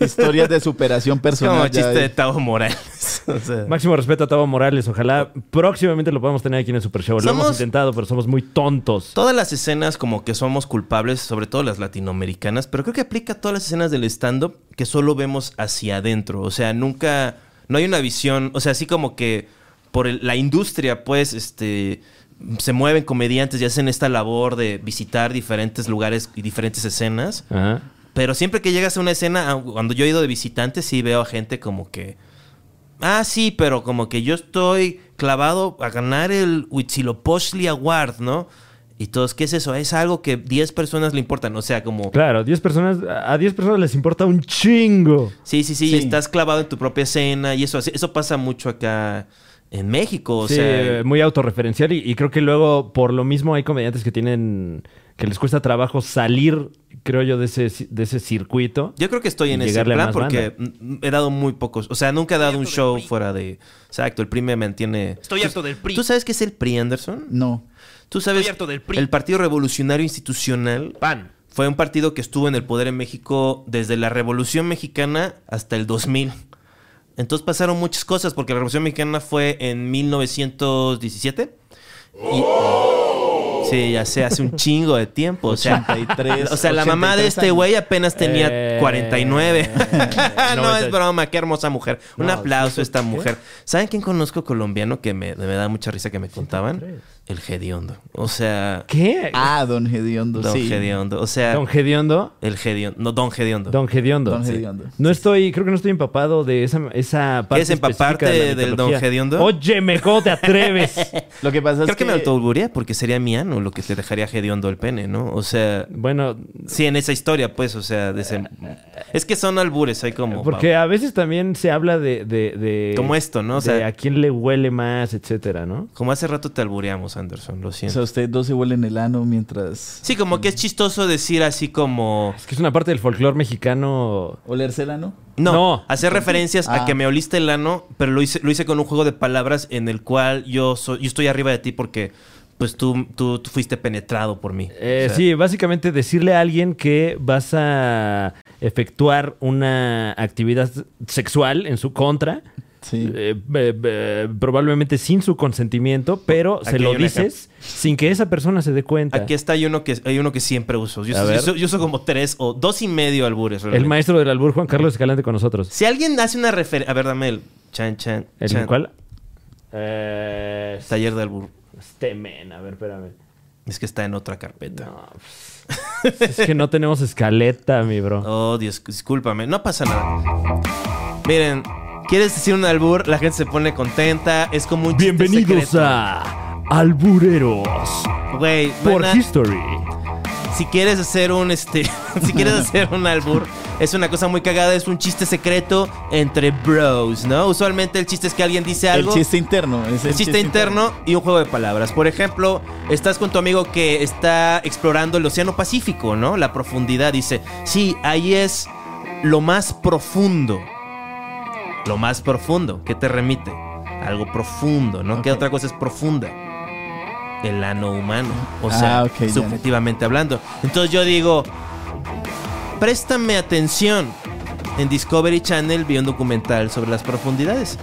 Speaker 4: historias de superación
Speaker 2: es como
Speaker 4: personal. ya
Speaker 2: chiste de
Speaker 4: es-
Speaker 2: Tavo Morales. O sea,
Speaker 3: Máximo respeto a Tavo Morales. Ojalá próximamente lo podamos tener aquí en el Super Show. Lo
Speaker 2: Somos-
Speaker 3: hemos intentado, pero somos muy tontos.
Speaker 2: todas las escenas como que somos culpables, sobre todo las latinoamericanas, pero creo que aplica a todas las escenas del stand-up que solo vemos hacia adentro. O sea, nunca... No hay una visión, o sea, así como que por el- la industria, pues, este... Se mueven comediantes y hacen esta labor de visitar diferentes lugares y diferentes escenas.
Speaker 3: Ajá.
Speaker 2: Pero siempre que llegas a una escena, a- cuando yo he ido de visitante, sí veo a gente como que. Ah, sí, pero como que yo estoy clavado a ganar el Huitzilopochtli Award, ¿no? Y todos, ¿qué es eso? Es algo que 10 personas le importan. O sea, como.
Speaker 3: Claro, 10 personas, a 10 personas les importa un chingo.
Speaker 2: Sí, sí, sí,
Speaker 4: Sí.
Speaker 2: estás clavado en tu propia escena y eso, así- eso pasa mucho acá en México. O
Speaker 3: sí,
Speaker 2: sea,
Speaker 3: eh, muy autorreferencial y, y creo que luego por lo mismo hay comediantes que tienen que les cuesta trabajo salir, creo yo, de ese, ci- de ese circuito.
Speaker 2: Yo creo que estoy en
Speaker 3: Y
Speaker 2: ese
Speaker 3: llegarle a
Speaker 2: plan
Speaker 3: más
Speaker 2: porque mm, he dado muy pocos. O sea, nunca he dado un show fuera de. Exacto, el PRI me mantiene.
Speaker 5: Estoy
Speaker 2: ¿Tú-
Speaker 5: harto del PRI.
Speaker 2: ¿Tú sabes qué es el PRI, Anderson?
Speaker 4: No.
Speaker 2: Tú sabes,
Speaker 5: Estoy harto del PRI.
Speaker 2: el Partido Revolucionario Institucional
Speaker 5: Pan.
Speaker 2: fue un partido que estuvo en el poder en México desde la Revolución Mexicana hasta el 2000. Entonces pasaron muchas cosas porque la Revolución Mexicana fue en 1917. Y- Sí, ya se hace un chingo de tiempo. O sea,
Speaker 4: 83,
Speaker 2: o sea la mamá de
Speaker 4: 83
Speaker 2: este güey apenas tenía
Speaker 3: Eh,
Speaker 2: 49. no
Speaker 3: 90.
Speaker 2: es broma, qué hermosa mujer. Un
Speaker 3: No,
Speaker 2: aplauso
Speaker 3: sí,
Speaker 2: a esta
Speaker 3: ¿qué?
Speaker 2: mujer. ¿Saben quién conozco colombiano que me, me da mucha risa que me contaban? El Gediondo. O sea,
Speaker 3: ¿Qué?
Speaker 4: Ah, don Gediondo,
Speaker 2: Don
Speaker 4: sí.
Speaker 2: Gediondo. O sea,
Speaker 3: Don Gediondo.
Speaker 2: el Gediondo. No, Don Gediondo.
Speaker 3: Don Gediondo.
Speaker 4: Don
Speaker 3: Sí.
Speaker 4: Gediondo.
Speaker 3: No estoy, creo que no estoy empapado de esa, esa parte.
Speaker 2: ¿Quieres empaparte
Speaker 3: específica de la
Speaker 2: del
Speaker 3: mitología.
Speaker 2: Don Gediondo?
Speaker 3: Óyeme, ¿cómo te atreves?
Speaker 4: Lo que pasa
Speaker 2: Creo
Speaker 4: es
Speaker 2: que,
Speaker 4: que...
Speaker 2: me autoburé porque sería mi ano lo que te dejaría Gediondo el pene, ¿no? O sea,
Speaker 3: bueno,
Speaker 2: sí, en esa historia, pues, o sea,
Speaker 3: Eh,
Speaker 2: de ese- es que son albures, hay como.
Speaker 3: porque a veces también se habla de. de, de-
Speaker 2: Como esto, ¿no? O sea-
Speaker 3: de a quién le huele más, etcétera, ¿no?
Speaker 2: Como hace rato te albureamos, Anderson, lo
Speaker 4: O
Speaker 2: siento.
Speaker 4: sea, ustedes dos se huelen el ano mientras...
Speaker 2: Sí, como que es chistoso decir así como.
Speaker 3: Es que es una parte del folclore mexicano.
Speaker 4: ¿Olerse el ano?
Speaker 2: No,
Speaker 3: No.
Speaker 2: hacer referencias a
Speaker 4: Ah.
Speaker 2: que me oliste el ano, pero lo hice, lo hice con un juego de palabras en el cual yo, soy, yo estoy arriba de ti porque pues tú, tú, tú fuiste penetrado por mí.
Speaker 3: Eh,
Speaker 2: O sea,
Speaker 3: Sí, básicamente decirle a alguien que vas a efectuar una actividad sexual en su contra.
Speaker 4: Sí.
Speaker 3: eh, eh, eh, probablemente sin su consentimiento, pero se
Speaker 2: Aquí
Speaker 3: lo
Speaker 2: hay un
Speaker 3: dices sin que esa persona se dé cuenta.
Speaker 2: Aquí está hay uno que hay uno que siempre uso. Yo,
Speaker 3: A
Speaker 2: uso- yo
Speaker 3: ver.
Speaker 2: uso- yo uso como tres o dos y medio albures.
Speaker 3: El
Speaker 2: realmente.
Speaker 3: maestro del albur, Juan Carlos Escalante, con nosotros.
Speaker 2: Si alguien hace una referencia. A ver, dame el. Chan, chan.
Speaker 3: ¿El
Speaker 2: chan.
Speaker 3: cuál? Eh,
Speaker 2: Taller de albur.
Speaker 3: este men, a ver, espérame.
Speaker 2: Es que está en otra carpeta.
Speaker 3: pues, Es que no tenemos escaleta, mi bro.
Speaker 2: Oh, Dios, discúlpame. No pasa nada. Miren, ¿quieres decir un albur? La gente se pone contenta. Es como un chiste
Speaker 3: Bienvenidos
Speaker 2: Este secreto.
Speaker 3: a Albureros
Speaker 2: Güey,
Speaker 3: por
Speaker 2: van a-
Speaker 3: History.
Speaker 2: si quieres hacer un este, si quieres hacer un albur, es una cosa muy cagada, es un chiste secreto entre bros, ¿no? Usualmente el chiste es que alguien dice
Speaker 4: El
Speaker 2: algo.
Speaker 4: chiste interno. es
Speaker 2: El chiste interno y un juego de palabras. Por ejemplo, estás con tu amigo que está explorando el Océano Pacífico, ¿no? La profundidad. Dice, sí, ahí es lo más profundo. Lo más profundo. ¿Qué te remite? Algo profundo, ¿no? ¿Qué
Speaker 4: Ok.
Speaker 2: otra cosa es profunda? El ano humano. O sea,
Speaker 4: Ah, ok, ya.
Speaker 2: subjetivamente hablando. Entonces yo digo, préstame atención. En Discovery Channel vi un documental sobre las profundidades.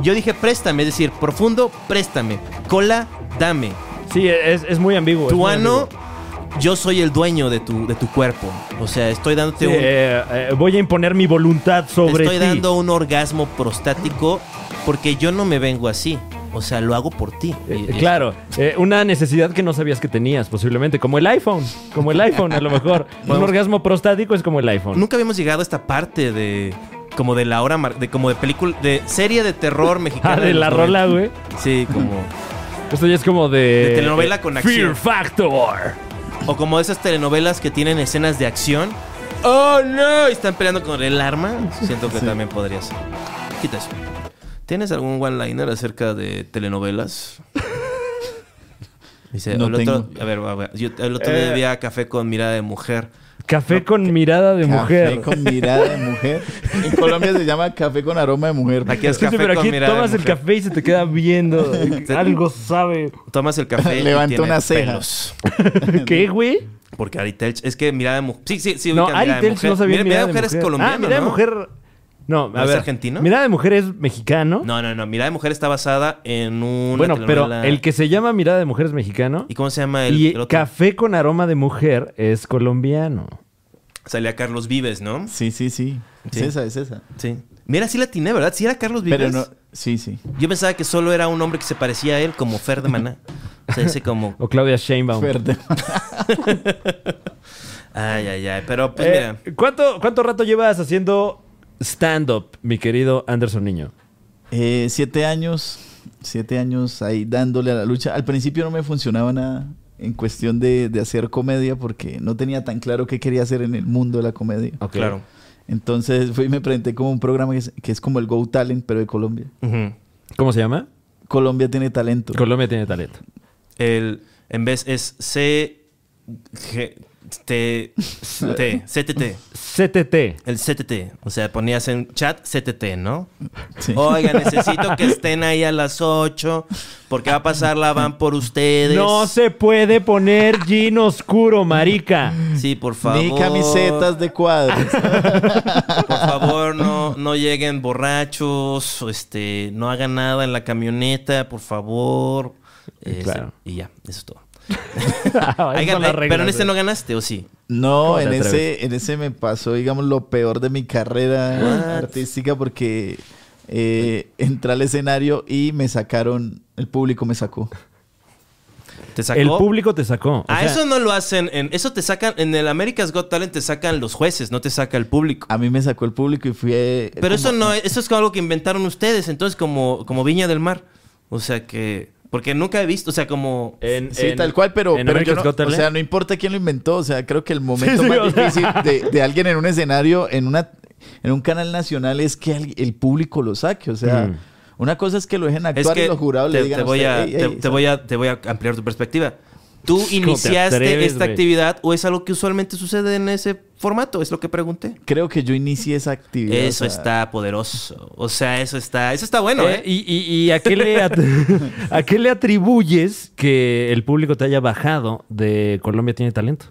Speaker 2: Yo dije préstame, es decir, profundo, préstame. Cola, dame.
Speaker 3: Sí, es, es muy ambiguo.
Speaker 4: Pues
Speaker 3: es
Speaker 2: Tu
Speaker 3: muy
Speaker 2: ano,
Speaker 3: ambiguo.
Speaker 2: yo soy el dueño de tu, de tu cuerpo. O sea, estoy dándote
Speaker 3: Sí,
Speaker 2: un.
Speaker 3: eh, eh, voy a imponer mi voluntad
Speaker 2: te
Speaker 3: sobre
Speaker 2: estoy
Speaker 3: ti.
Speaker 2: dando un orgasmo prostático porque yo no me vengo así. O sea, lo hago por ti.
Speaker 3: Eh,
Speaker 2: Y- y-
Speaker 3: claro, eh, una necesidad que no sabías que tenías, posiblemente, como el iPhone, como el iPhone a lo mejor. Un orgasmo prostático es como el iPhone.
Speaker 2: Nunca habíamos llegado a esta parte de. Como de la hora. mar- De, como de película. De serie de terror mexicana.
Speaker 3: Ah, de
Speaker 2: los
Speaker 3: la rola,
Speaker 2: 90.
Speaker 3: güey.
Speaker 2: Sí, como.
Speaker 3: Esto ya es como de...
Speaker 2: De telenovela con
Speaker 3: Fear
Speaker 2: acción.
Speaker 3: Factor.
Speaker 2: O como esas telenovelas que tienen escenas de acción. ¡Oh, no! Y están peleando con el arma. Siento que también podría ser. Quita eso. ¿Tienes algún one-liner acerca de telenovelas? Dice,
Speaker 4: No
Speaker 2: el otro-
Speaker 4: tengo.
Speaker 2: a ver, a ver, yo el otro día
Speaker 3: Eh.
Speaker 2: vi a Café con mirada de mujer.
Speaker 3: Café con mirada de mujer.
Speaker 4: Café con mirada de mujer. En Colombia se llama café con aroma de mujer.
Speaker 2: Aquí es
Speaker 3: Sí, sí,
Speaker 2: café
Speaker 3: pero
Speaker 2: con
Speaker 3: aquí
Speaker 2: mirada de
Speaker 3: tomas el
Speaker 2: mujer.
Speaker 3: café y se te queda viendo. Algo sabe.
Speaker 2: Tomas el café. y
Speaker 4: Levanta
Speaker 2: tiene
Speaker 4: una ceja.
Speaker 2: pelos.
Speaker 3: ¿Qué, güey?
Speaker 2: Porque Ari Telch- es que mirada de mujer. Sí, sí, sí.
Speaker 3: No,
Speaker 2: ubican
Speaker 3: Ari
Speaker 2: Mirada de
Speaker 3: Telch
Speaker 2: Mujer.
Speaker 3: no sabía
Speaker 2: Mira-
Speaker 3: mirada de
Speaker 2: mujer es
Speaker 3: mujer.
Speaker 2: colombiano,
Speaker 3: Ah, mirada
Speaker 2: ¿no?
Speaker 3: de mujer... No, a
Speaker 2: es
Speaker 3: ver.
Speaker 2: argentino?
Speaker 3: Mirada de mujer es mexicano.
Speaker 2: No, no, no. Mirada de mujer está basada en un.
Speaker 3: bueno, pero el que se llama mirada de mujer es mexicano.
Speaker 2: ¿Y cómo se llama el,
Speaker 3: y
Speaker 2: el otro?
Speaker 3: café con aroma de mujer es colombiano.
Speaker 2: Salía Carlos Vives, ¿no?
Speaker 4: Sí, sí, sí.
Speaker 2: Sí.
Speaker 4: Es esa, es esa.
Speaker 2: Sí. Mira, sí la tiene, ¿verdad? Sí era Carlos Vives.
Speaker 4: Pero no. Sí, sí.
Speaker 2: Yo pensaba que solo era un hombre que se parecía a él, como Fer de Maná. O sea, ese como...
Speaker 3: O Claudia Sheinbaum.
Speaker 4: Verde.
Speaker 2: Ay, ay, ay. Pero pues
Speaker 3: Eh,
Speaker 2: mira,
Speaker 3: ¿cuánto, ¿Cuánto rato llevas haciendo stand-up, mi querido Anderson Niño?
Speaker 4: Eh, siete años, siete años ahí dándole a la lucha. Al principio no me funcionaba nada en cuestión de, de hacer comedia porque no tenía tan claro qué quería hacer en el mundo de la comedia.
Speaker 3: Ok.
Speaker 2: claro.
Speaker 4: Entonces fui y me presenté como un programa que es, que es como el Go Talent, pero de Colombia.
Speaker 2: Ujú.
Speaker 3: ¿Cómo se llama?
Speaker 4: Colombia tiene talento.
Speaker 3: Colombia tiene talento.
Speaker 2: El... En vez es C... G... T... T... CTT.
Speaker 3: CTT.
Speaker 2: El CTT. O sea, ponías en chat CTT, ¿no?
Speaker 4: Sí.
Speaker 2: Oiga, necesito que estén ahí a las 8 porque va a pasar la van por ustedes.
Speaker 3: No se puede poner jean oscuro, marica.
Speaker 2: Sí, por favor.
Speaker 4: Ni camisetas de cuadros.
Speaker 2: Por favor, no, no lleguen borrachos, o este, no hagan nada en la camioneta, por favor. Este,
Speaker 3: Claro.
Speaker 2: Y ya, eso es todo. Ay,
Speaker 3: Ahí
Speaker 2: gan-
Speaker 3: son las
Speaker 2: eh, pero en
Speaker 3: reglas,
Speaker 2: este
Speaker 3: güey.
Speaker 2: no ganaste, ¿o sí?
Speaker 4: No,
Speaker 3: ¿Cómo te
Speaker 4: en
Speaker 3: atreves?
Speaker 4: ese, en ese me pasó, digamos, lo peor de mi carrera
Speaker 2: What?
Speaker 4: artística porque eh, entré al escenario y me sacaron, el público me sacó.
Speaker 2: ¿Te sacó?
Speaker 3: El público te sacó. O
Speaker 2: Ah,
Speaker 3: sea,
Speaker 2: eso no lo hacen. En, eso te sacan. En el America's Got Talent te sacan los jueces, no te saca el público.
Speaker 4: A mí me sacó el público y fui... eh,
Speaker 2: Pero eso
Speaker 4: como-
Speaker 2: no, es- eso es algo que inventaron ustedes, entonces, como, como Viña del Mar. O sea que. Porque nunca he visto, o sea, como.
Speaker 3: en-
Speaker 4: Sí,
Speaker 3: en-
Speaker 4: tal cual, pero,
Speaker 3: en
Speaker 4: pero yo
Speaker 3: America's
Speaker 4: no-
Speaker 3: Got
Speaker 4: o
Speaker 3: Talent.
Speaker 4: sea, no importa quién lo inventó, o sea, creo que el momento
Speaker 3: sí,
Speaker 4: más
Speaker 3: o sea.
Speaker 4: difícil de, de alguien en un escenario, en una en un canal nacional es que al- el público lo saque, o sea,
Speaker 3: Mm.
Speaker 4: una cosa es que lo dejen
Speaker 2: Es
Speaker 4: actuar
Speaker 2: que
Speaker 4: y los jurados le
Speaker 2: te,
Speaker 4: digan
Speaker 2: te voy
Speaker 4: usted,
Speaker 2: a,
Speaker 4: "Ey,
Speaker 2: te,
Speaker 4: ey,
Speaker 2: te voy a, te voy a ampliar tu perspectiva. ¿Tú iniciaste
Speaker 3: atreves,
Speaker 2: esta
Speaker 3: güey?
Speaker 2: actividad o es algo que usualmente sucede en ese formato? Es lo que pregunté.
Speaker 4: Creo que yo inicié esa actividad. o
Speaker 2: Eso
Speaker 4: sea,
Speaker 2: está poderoso. O sea, eso está, eso está bueno,
Speaker 3: Eh,
Speaker 2: ¿eh?
Speaker 3: ¿Y, y- y a, qué le at- a qué le atribuyes que el público te haya bajado de Colombia tiene talento?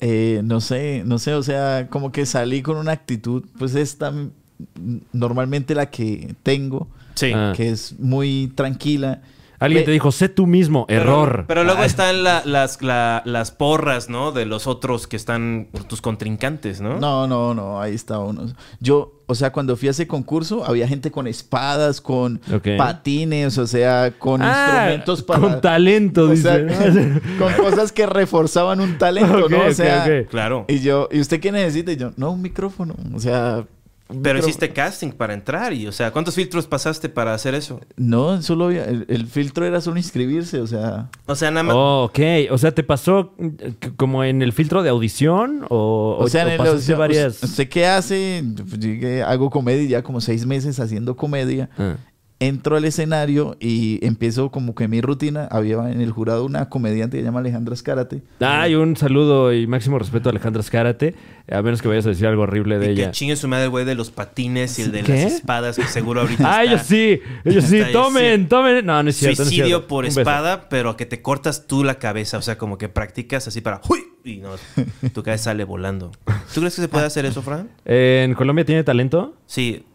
Speaker 4: Eh, no sé, no sé, o sea, como que salí con una actitud, pues esta mm, normalmente la que tengo,
Speaker 2: Sí.
Speaker 3: Ah.
Speaker 4: que es muy tranquila.
Speaker 3: Alguien
Speaker 4: Ve-
Speaker 3: te dijo, sé tú mismo,
Speaker 2: Pero-
Speaker 3: error.
Speaker 2: Pero luego
Speaker 3: Ah,
Speaker 2: están la- las, la- las porras, ¿no? De los otros que están tus contrincantes, ¿no?
Speaker 4: No, no, no, ahí está uno. Yo, o sea, cuando fui a ese concurso, había gente con espadas, con
Speaker 3: Ok.
Speaker 4: patines, o sea, con
Speaker 3: Ah,
Speaker 4: instrumentos para.
Speaker 3: Con talento,
Speaker 4: o sea,
Speaker 3: dice.
Speaker 4: con cosas que reforzaban un talento,
Speaker 3: Ok,
Speaker 4: ¿no? O
Speaker 3: ok,
Speaker 4: sea,
Speaker 3: ok.
Speaker 2: Claro.
Speaker 4: y yo, ¿y usted qué necesita? Y yo, no, un micrófono, o sea. un
Speaker 2: Pero
Speaker 4: micrófono.
Speaker 2: hiciste casting para entrar y, o sea, ¿cuántos filtros pasaste para hacer eso?
Speaker 4: No, solo había- el, el filtro era solo inscribirse, o sea.
Speaker 2: O sea, nada más...
Speaker 3: Oh, ok, o sea, ¿te pasó eh, c- como en el filtro de audición? ¿O,
Speaker 4: O sea, en el-
Speaker 3: pasaste
Speaker 4: o sea,
Speaker 3: varias?
Speaker 4: ¿Usted qué hace? Yo, pues, llegué, hago comedia, ya como seis meses haciendo comedia.
Speaker 3: Ah.
Speaker 4: entro al escenario y empiezo como que mi rutina. Había en el jurado una comediante que se llama Alejandra Escárate.
Speaker 3: Ay, un saludo y máximo respeto a Alejandra Escárate, a menos que vayas a decir algo horrible de
Speaker 2: Y que
Speaker 3: ella.
Speaker 2: chingue su madre, güey, de los patines y el de
Speaker 3: ¿Qué?
Speaker 2: las espadas, que seguro ahorita
Speaker 3: Ah, ellos
Speaker 2: está
Speaker 3: sí, ellos sí,
Speaker 2: Está ahí,
Speaker 3: tomen, tomen. No, no es cierto. no es
Speaker 2: suicidio
Speaker 3: cierto.
Speaker 2: por
Speaker 3: Un beso.
Speaker 2: espada, pero que te cortas tú la cabeza. O sea, como que practicas así para... ¡Uy! Y no, tu cabeza sale volando. ¿Tú crees que se
Speaker 3: Ah.
Speaker 2: puede hacer eso, Fran?
Speaker 3: Eh, ¿En Colombia tiene talento?
Speaker 2: Sí.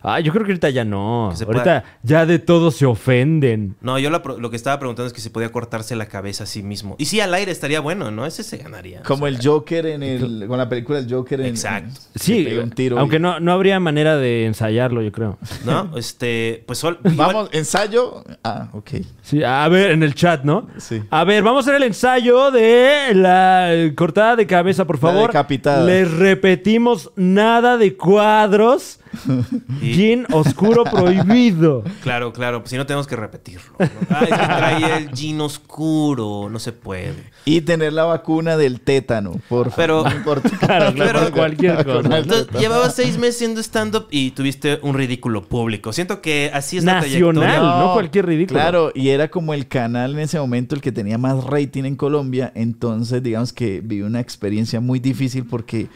Speaker 3: Ah, yo creo que ahorita ya no.
Speaker 2: Que se
Speaker 3: Ahorita
Speaker 2: pueda-
Speaker 3: ya de todo se ofenden.
Speaker 2: No, yo la pro- lo que estaba preguntando es que si podía cortarse la cabeza a sí mismo. Y sí, al aire estaría bueno, ¿no? Ese se ganaría.
Speaker 4: Como el Joker en el... Con la película El Joker en...
Speaker 2: Exacto.
Speaker 4: que
Speaker 3: Sí,
Speaker 4: pega un tiro
Speaker 3: aunque
Speaker 4: y-
Speaker 3: no, no habría manera de ensayarlo, yo creo.
Speaker 2: ¿No? Este, pues sol- igual-
Speaker 4: Vamos, ensayo. Ah, ok.
Speaker 3: Sí, a ver, en el chat, ¿no?
Speaker 4: Sí.
Speaker 3: A ver, vamos a hacer el ensayo de la eh, cortada de cabeza, por
Speaker 4: La
Speaker 3: favor.
Speaker 4: decapitada.
Speaker 3: Les repetimos nada de cuadros.
Speaker 2: Y-
Speaker 3: Gin oscuro prohibido.
Speaker 2: Claro, claro. Pues si no tenemos que repetirlo. ¿no? Ah, es que trae el jean oscuro. No se puede.
Speaker 4: Y tener la vacuna del tétano, por
Speaker 2: Pero-
Speaker 4: favor. No importa.
Speaker 3: Claro, claro,
Speaker 2: Pero-
Speaker 3: cualquier cosa.
Speaker 2: Entonces, llevabas seis meses siendo stand-up y tuviste un ridículo público. Siento que así es la
Speaker 3: Nacional.
Speaker 2: trayectoria.
Speaker 3: no cualquier ridículo.
Speaker 4: Claro, y era como el canal en ese momento el que tenía más rating en Colombia. Entonces, digamos que viví una experiencia muy difícil porque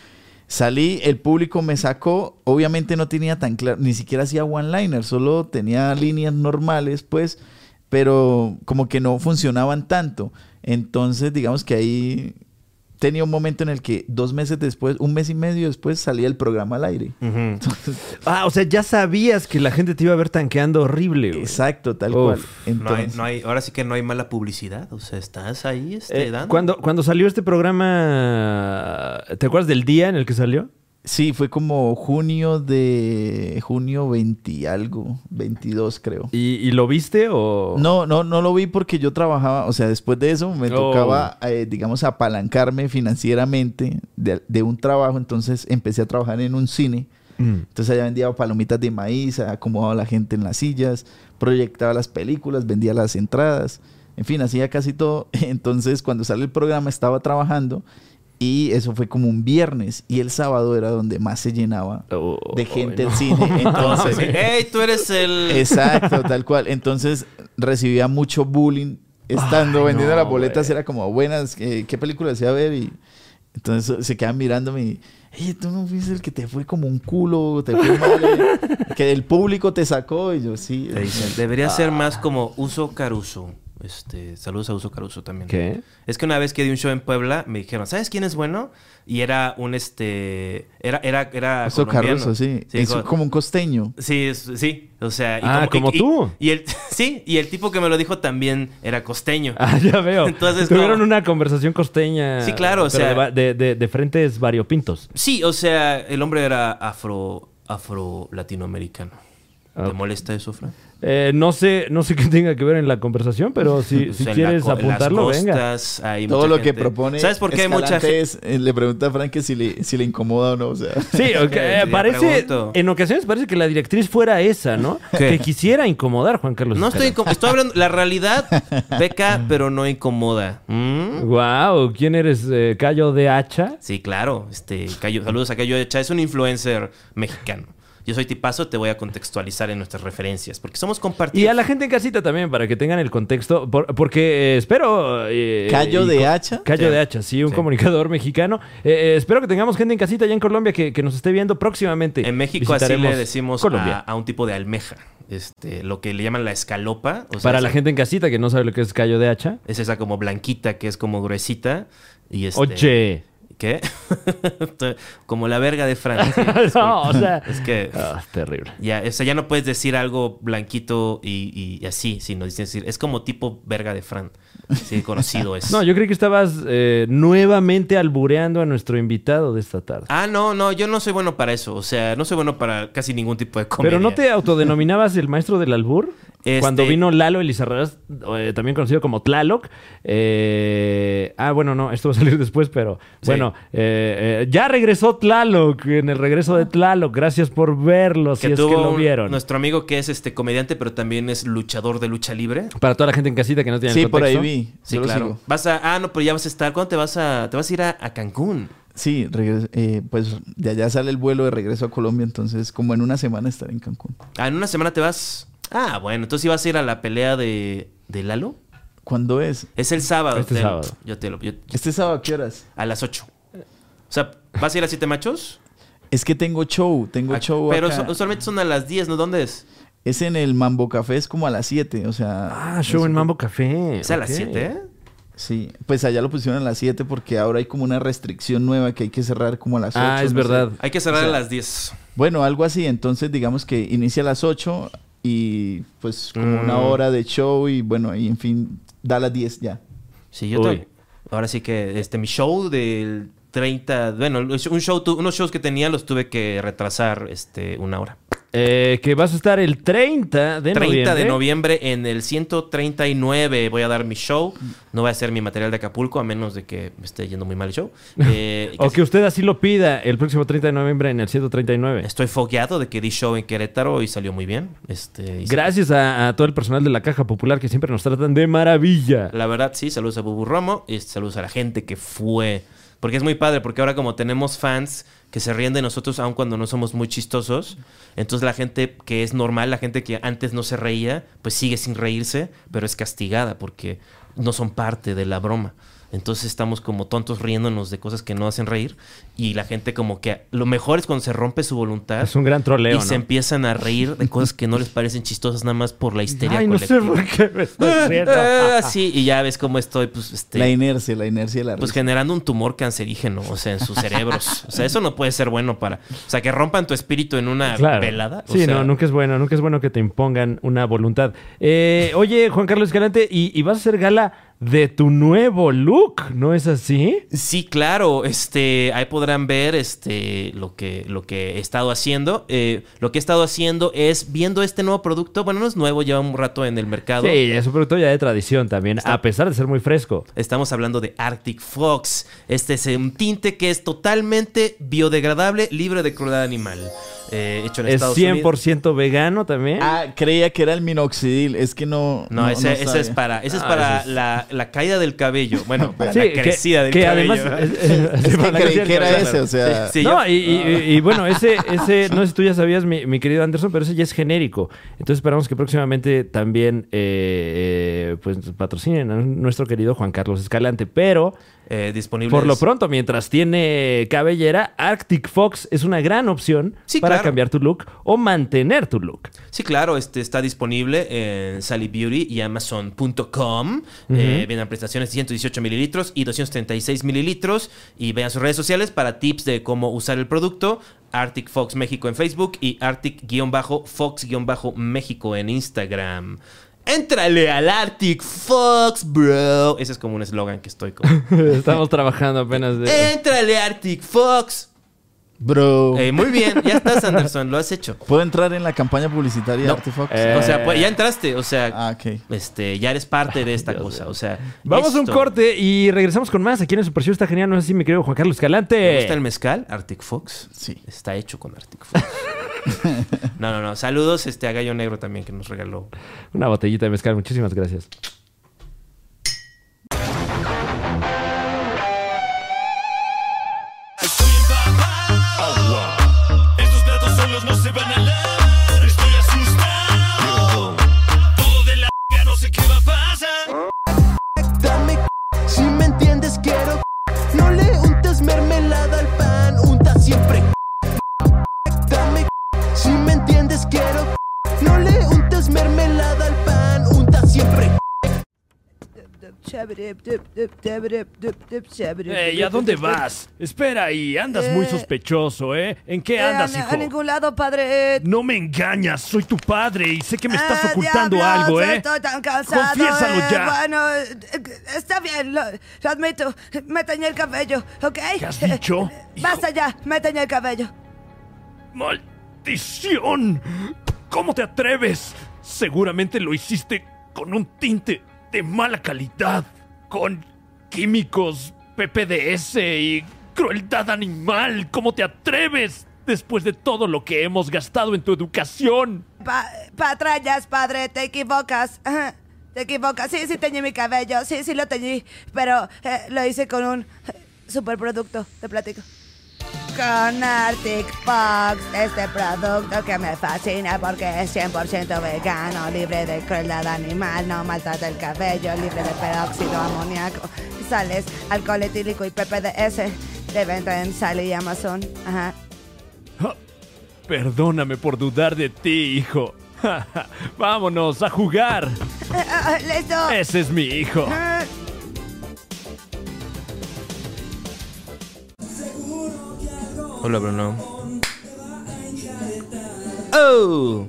Speaker 4: salí, el público me sacó. Obviamente no tenía tan claro, ni siquiera hacía one-liner, solo tenía líneas normales, pues, pero como que no funcionaban tanto. Entonces, digamos que ahí tenía un momento en el que dos meses después, un mes y medio después, salía el programa al aire.
Speaker 2: Ujú.
Speaker 3: Ah, o sea, ya sabías que la gente te iba a ver tanqueando horrible. güey.
Speaker 4: Exacto, tal
Speaker 3: Uf.
Speaker 4: cual.
Speaker 2: No hay,
Speaker 4: Entonces,
Speaker 2: no hay- ahora sí que no hay mala publicidad. O sea, estás ahí este,
Speaker 3: Eh,
Speaker 2: dando.
Speaker 3: cuando, cuando salió este programa, ¿te acuerdas del día en el que salió?
Speaker 4: Sí, fue como junio de junio 20 y algo, 22 creo.
Speaker 3: ¿Y, y lo viste o...?
Speaker 4: No, no, no lo vi porque yo trabajaba, o sea, después de eso me
Speaker 3: Oh.
Speaker 4: tocaba, eh, digamos, apalancarme financieramente de, de un trabajo, entonces empecé a trabajar en un cine,
Speaker 3: Mm.
Speaker 4: entonces allá vendía palomitas de maíz, acomodaba a la gente en las sillas, proyectaba las películas, vendía las entradas, en fin, hacía casi todo, entonces cuando sale el programa estaba trabajando y eso fue como un viernes y el sábado era donde más se llenaba
Speaker 3: Oh,
Speaker 4: de gente
Speaker 3: no.
Speaker 4: al cine. Entonces,
Speaker 2: Sí. ¡Ey, tú eres el.
Speaker 4: exacto, tal cual. Entonces recibía mucho bullying estando
Speaker 3: Ay,
Speaker 4: vendiendo
Speaker 3: no,
Speaker 4: las boletas.
Speaker 3: güey.
Speaker 4: Era como, buenas, eh, ¿qué película desea ver? Y entonces se quedan mirándome y, oye, tú no fuiste el que te fue como un culo, te fue mal, eh, que el público te sacó. Y yo, sí.
Speaker 2: Te dicen, Debería ser
Speaker 3: Ah.
Speaker 2: más como Uso Caruso. Este, saludos a Uso Caruso también.
Speaker 3: ¿Qué?
Speaker 2: Es que una vez que di un show en Puebla, me dijeron, ¿sabes quién es bueno? Y era un este. Era, era, era.
Speaker 4: Eso
Speaker 2: colombiano.
Speaker 4: Carlos, sí.
Speaker 2: Sí,
Speaker 4: es
Speaker 2: co-
Speaker 4: como un costeño.
Speaker 2: sí, es- sí. O sea, y
Speaker 3: Ah, como
Speaker 2: y- y-
Speaker 3: tú.
Speaker 2: Y, el, sí, y el tipo que me lo dijo también era costeño.
Speaker 3: Ah, ya veo.
Speaker 2: Entonces,
Speaker 3: Tuvieron
Speaker 2: no.
Speaker 3: una conversación costeña.
Speaker 2: Sí, claro, o
Speaker 3: pero
Speaker 2: sea-
Speaker 3: de va- De, de- de frentes variopintos.
Speaker 2: Sí, o sea, el hombre era afro. afro latinoamericano.
Speaker 3: Ah.
Speaker 2: ¿Te molesta eso, Fran?
Speaker 3: Eh, no sé, no sé qué tenga que ver en la conversación, pero si,
Speaker 2: Pues
Speaker 3: si
Speaker 2: en la
Speaker 3: quieres
Speaker 2: co- en las
Speaker 3: apuntarlo, venga.
Speaker 2: costas hay
Speaker 4: Todo
Speaker 2: mucha
Speaker 4: lo que
Speaker 2: gente.
Speaker 4: propone.
Speaker 2: ¿Sabes por qué hay mucha
Speaker 4: Escalante
Speaker 2: gente?
Speaker 4: es, eh, le pregunta a Frank que si le, si le incomoda o no. O sea.
Speaker 3: Sí, ok, eh,
Speaker 2: Sí,
Speaker 3: parece,
Speaker 2: pregunto.
Speaker 3: en ocasiones parece que la directriz fuera esa, ¿no?
Speaker 2: ¿Qué?
Speaker 3: Que quisiera incomodar a Juan Carlos.
Speaker 2: No estoy incom- estoy hablando la realidad peca, pero no incomoda. ¿Mm?
Speaker 3: Wow, ¿quién eres? eh, Cayo de Hacha.
Speaker 2: Sí, claro. Este, Cayo- saludos a Cayo Echa, es un influencer mexicano. Yo soy tipazo, te voy a contextualizar en nuestras referencias, porque somos compartidos.
Speaker 3: Y a la gente en casita también, para que tengan el contexto, por- porque eh, espero... eh,
Speaker 4: Callo
Speaker 3: y
Speaker 4: de
Speaker 3: co-
Speaker 4: hacha.
Speaker 3: Cayo
Speaker 2: Sí.
Speaker 3: de Hacha, sí, un
Speaker 2: Sí.
Speaker 3: comunicador mexicano. Eh, eh, espero que tengamos gente en casita allá en Colombia que, que nos esté viendo próximamente.
Speaker 2: En México así le
Speaker 3: Visitaremos
Speaker 2: decimos a,
Speaker 3: Colombia.
Speaker 2: a un tipo de almeja, este, lo que le llaman la escalopa. o sea,
Speaker 3: Para
Speaker 2: es-
Speaker 3: la gente en casita que no sabe lo que es Cayo de Hacha.
Speaker 2: Es esa como blanquita que es como gruesita. Y este,
Speaker 3: Oye.
Speaker 2: ¿Qué? Como la verga de Fran. Sí, es que-
Speaker 3: no, o sea.
Speaker 2: Es que
Speaker 3: ah, terrible.
Speaker 2: ya, o sea, ya no puedes decir algo blanquito y, y- y así, sino dices decir, es como tipo verga de Fran. Sí, conocido es.
Speaker 3: No, yo creí que estabas eh, nuevamente albureando a nuestro invitado de esta tarde.
Speaker 2: Ah, no, no, yo no soy bueno para eso. O sea, no soy bueno para casi ningún tipo de comedia.
Speaker 3: Pero no te autodenominabas el maestro del albur.
Speaker 2: Este-
Speaker 3: Cuando vino Lalo Elizarraz, eh, también conocido como Tlaloc. eh, ah, bueno, no, esto va a salir después, pero
Speaker 2: Sí.
Speaker 3: bueno, eh, eh, ya regresó Tlaloc en el regreso de Tlaloc. Gracias por verlo, si
Speaker 2: que
Speaker 3: es que
Speaker 2: tuvo
Speaker 3: lo
Speaker 2: un-
Speaker 3: vieron.
Speaker 2: nuestro amigo que es este comediante, pero también es luchador de lucha libre.
Speaker 3: Para toda la gente en casita que no tiene
Speaker 4: Sí,
Speaker 3: el
Speaker 4: por ahí
Speaker 3: contexto.
Speaker 4: vi.
Speaker 2: Sí,
Speaker 4: Yo lo
Speaker 2: claro.
Speaker 4: sigo.
Speaker 2: Vas a, ah, no, pero ya vas a estar. ¿Cuándo te vas a, te vas a ir a, a Cancún?
Speaker 4: Sí, regres- eh, pues de allá sale el vuelo de regreso a Colombia, entonces como en una semana estaré en Cancún.
Speaker 2: Ah, en una semana te vas. Ah, bueno, entonces sí vas a ir a la pelea de, de Lalo.
Speaker 4: ¿Cuándo es?
Speaker 2: Es el sábado.
Speaker 3: Este
Speaker 2: te-
Speaker 3: sábado.
Speaker 2: Yo te lo, yo-
Speaker 4: Este sábado, ¿a ¿qué horas?
Speaker 2: a las 8. O sea, ¿vas a ir a Siete Machos?
Speaker 4: Es que tengo show, tengo
Speaker 2: Ah,
Speaker 4: show
Speaker 2: pero
Speaker 4: acá.
Speaker 2: so- usualmente son a las 10, ¿no? ¿Dónde es?
Speaker 4: Es en el Mambo Café, es como a las 7, o sea...
Speaker 3: Ah, show en Mambo Café.
Speaker 2: Es a las
Speaker 3: ok.
Speaker 2: 7, ¿eh?
Speaker 4: Sí, pues allá lo pusieron a las 7 porque ahora hay como una restricción nueva que hay que cerrar como a las 8.
Speaker 3: Ah, es verdad.
Speaker 2: Hay que cerrar
Speaker 4: O sea,
Speaker 2: a las 10.
Speaker 4: Bueno, algo así, entonces digamos que inicia a las 8 y pues como
Speaker 2: Mm.
Speaker 4: una hora de show y bueno, y en fin, da las 10 ya.
Speaker 2: Sí, yo
Speaker 3: Uy.
Speaker 2: te- Ahora sí que este, mi show del 30. Bueno, un show, tu- unos shows que tenía los tuve que retrasar este, una hora.
Speaker 3: Eh, que vas a estar el 30 de
Speaker 2: 30
Speaker 3: noviembre.
Speaker 2: de noviembre en el 139 voy a dar mi show. No voy a hacer mi material de Acapulco a menos de que me esté yendo muy mal el show. Eh,
Speaker 3: O que usted así lo pida el próximo 30 de noviembre en el 139.
Speaker 2: Estoy fogueado de que di show en Querétaro y salió muy bien. Este, y-
Speaker 3: Gracias a, a todo el personal de la Caja Popular que siempre nos tratan de maravilla.
Speaker 2: La verdad, sí, saludos a Bubu Romo y saludos a la gente que fue. Porque es muy padre, porque ahora como tenemos fans que se ríen de nosotros aun cuando no somos muy chistosos, entonces la gente que es normal, la gente que antes no se reía, pues sigue sin reírse, pero es castigada porque no son parte de la broma. Entonces estamos como tontos riéndonos de cosas que no hacen reír y la gente como que lo mejor es cuando se rompe su voluntad
Speaker 3: Es un gran troleo,
Speaker 2: y
Speaker 3: ¿no?
Speaker 2: se empiezan a reír de cosas que no les parecen chistosas nada más por la histeria
Speaker 3: Ay, no sé
Speaker 2: colectiva.
Speaker 3: por qué me estoy riendo.
Speaker 2: Ah, sí, y ya ves cómo estoy, pues, este,
Speaker 4: La inercia, la inercia de la
Speaker 2: pues
Speaker 4: risa.
Speaker 2: generando un tumor cancerígeno, o sea, en sus cerebros. O sea, eso no puede ser bueno para. O sea, que rompan tu espíritu en una
Speaker 3: Ah, Claro.
Speaker 2: velada. o
Speaker 3: sí,
Speaker 2: sea,
Speaker 3: no, nunca es bueno, nunca es bueno que te impongan una voluntad. Eh, oye, Juan Carlos Escalante, y, y vas a hacer gala de tu nuevo look, ¿no es así?
Speaker 2: Sí, claro. Este, ahí podrán ver este, lo, que, lo que he estado haciendo. Eh, lo que he estado haciendo es viendo este nuevo producto. Bueno, no es nuevo, lleva un rato en el mercado.
Speaker 3: Sí, es un producto ya de tradición también, a pesar de ser muy fresco.
Speaker 2: Estamos hablando de Arctic Fox. Este es un tinte que es totalmente biodegradable, libre de crueldad animal. Eh, hecho en
Speaker 3: Es
Speaker 2: Estados Unidos.
Speaker 3: 100% vegano también.
Speaker 4: Ah, creía que era el minoxidil, es que no...
Speaker 2: No, ese, ese es
Speaker 4: sabía.
Speaker 2: para, ese es
Speaker 3: Ah,
Speaker 2: para
Speaker 3: ese es-
Speaker 2: La, la caída del cabello. Bueno, para
Speaker 3: Sí,
Speaker 2: la crecida del
Speaker 3: que
Speaker 2: cabello.
Speaker 3: además...
Speaker 2: ¿verdad?
Speaker 3: es- es-
Speaker 4: Es que
Speaker 3: para la
Speaker 4: creí
Speaker 3: crecida del
Speaker 4: que era
Speaker 3: cabello.
Speaker 4: ese, o sea...
Speaker 2: Sí, sí,
Speaker 3: no,
Speaker 2: yo- Ah.
Speaker 3: y, y- y- y bueno, ese, ese, no sé si tú ya sabías, mi, mi querido Anderson, pero ese ya es genérico. Entonces esperamos que próximamente también eh, eh, pues, patrocinen a nuestro querido Juan Carlos Escalante. Pero
Speaker 2: eh, disponible
Speaker 3: por lo
Speaker 2: es-
Speaker 3: pronto, mientras tiene cabellera, Arctic Fox es una gran opción
Speaker 2: Sí,
Speaker 3: para
Speaker 2: claro.
Speaker 3: cambiar tu look o mantener tu look.
Speaker 2: Sí, claro, este está disponible en Sally Beauty y Amazon.com. Eh, vienen prestaciones de 118 mililitros y 236 mililitros. Y vean sus redes sociales para tips de cómo usar el producto. Arctic Fox México en Facebook y Arctic-Fox-México en Instagram. Éntrale al Arctic Fox, bro. Ese es como un eslogan que estoy con.
Speaker 3: Estamos trabajando apenas de...
Speaker 2: Éntrale Arctic Fox.
Speaker 4: Bro,
Speaker 2: Eh, muy bien, ya estás, Anderson, lo has hecho.
Speaker 4: ¿puedo entrar en la campaña publicitaria
Speaker 2: No.
Speaker 4: de Artifox?
Speaker 3: Eh,
Speaker 2: O sea, pues, ya entraste, o sea,
Speaker 4: ah, ok.
Speaker 2: este, ya eres parte de esta cosa. O sea,
Speaker 3: Vamos a un
Speaker 2: esto-
Speaker 3: corte y regresamos con más. Aquí en el Super Show está genial. No sé si mi querido Juan Carlos Escalante.
Speaker 2: ¿Te gusta el mezcal? Arctic Fox.
Speaker 4: Sí.
Speaker 2: Está hecho con Arctic Fox. no, no, no. Saludos este, a Gallo Negro también que nos regaló.
Speaker 3: Una botellita de mezcal, muchísimas gracias.
Speaker 5: Estoy empapado. Estos platos solos no se van a lavar. Estoy asustado. Todo de la no sé qué va a pasar.
Speaker 6: Dame si me entiendes quiero No le untes mermelada al pan, unta siempre Dame si me entiendes quiero No le untes mermelada al pan, unta siempre
Speaker 7: ¿y
Speaker 3: Eh, ¿Y a dónde vas? Espera ahí, andas muy
Speaker 7: Eh,
Speaker 3: sospechoso, ¿eh? ¿En qué andas,
Speaker 7: a,
Speaker 3: hijo?
Speaker 7: a ningún lado, padre. eh.
Speaker 3: No me engañas, soy tu padre y sé que me estás
Speaker 7: Ah,
Speaker 3: ocultando
Speaker 7: diablos,
Speaker 3: algo, ¿eh?
Speaker 7: Estoy tan cansado.
Speaker 3: Confiésalo
Speaker 7: eh.
Speaker 3: ya.
Speaker 7: Bueno, eh, está bien, lo, lo admito. Me teñí el cabello, ¿ok?
Speaker 3: ¿Qué has dicho?
Speaker 7: Basta ya, me teñí el cabello.
Speaker 3: ¡Maldición! ¿Cómo te atreves? Seguramente lo hiciste con un tinte de mala calidad, con químicos, PPDS y crueldad animal. ¿Cómo te atreves? Después de todo lo que hemos gastado en tu educación.
Speaker 7: Pa patrañas, padre, te equivocas. Ajá, Te equivocas. Sí, sí teñí mi cabello. Sí, sí lo teñí. Pero eh, lo hice con un eh, superproducto. Te platico. Con Arctic Fox, este producto que me fascina porque es 100% vegano, libre de crueldad animal, no maltrata el cabello, libre de peróxido amoníaco, sales, alcohol etílico y PPDS, de venta en Sally y Amazon. Ajá.
Speaker 3: Perdóname por dudar de ti, hijo. Vámonos a jugar.
Speaker 7: Ah, ah, ¡Listo!
Speaker 5: Eh.
Speaker 3: Ese es mi hijo.
Speaker 7: Ah.
Speaker 2: Hola, Bruno. ¡Oh!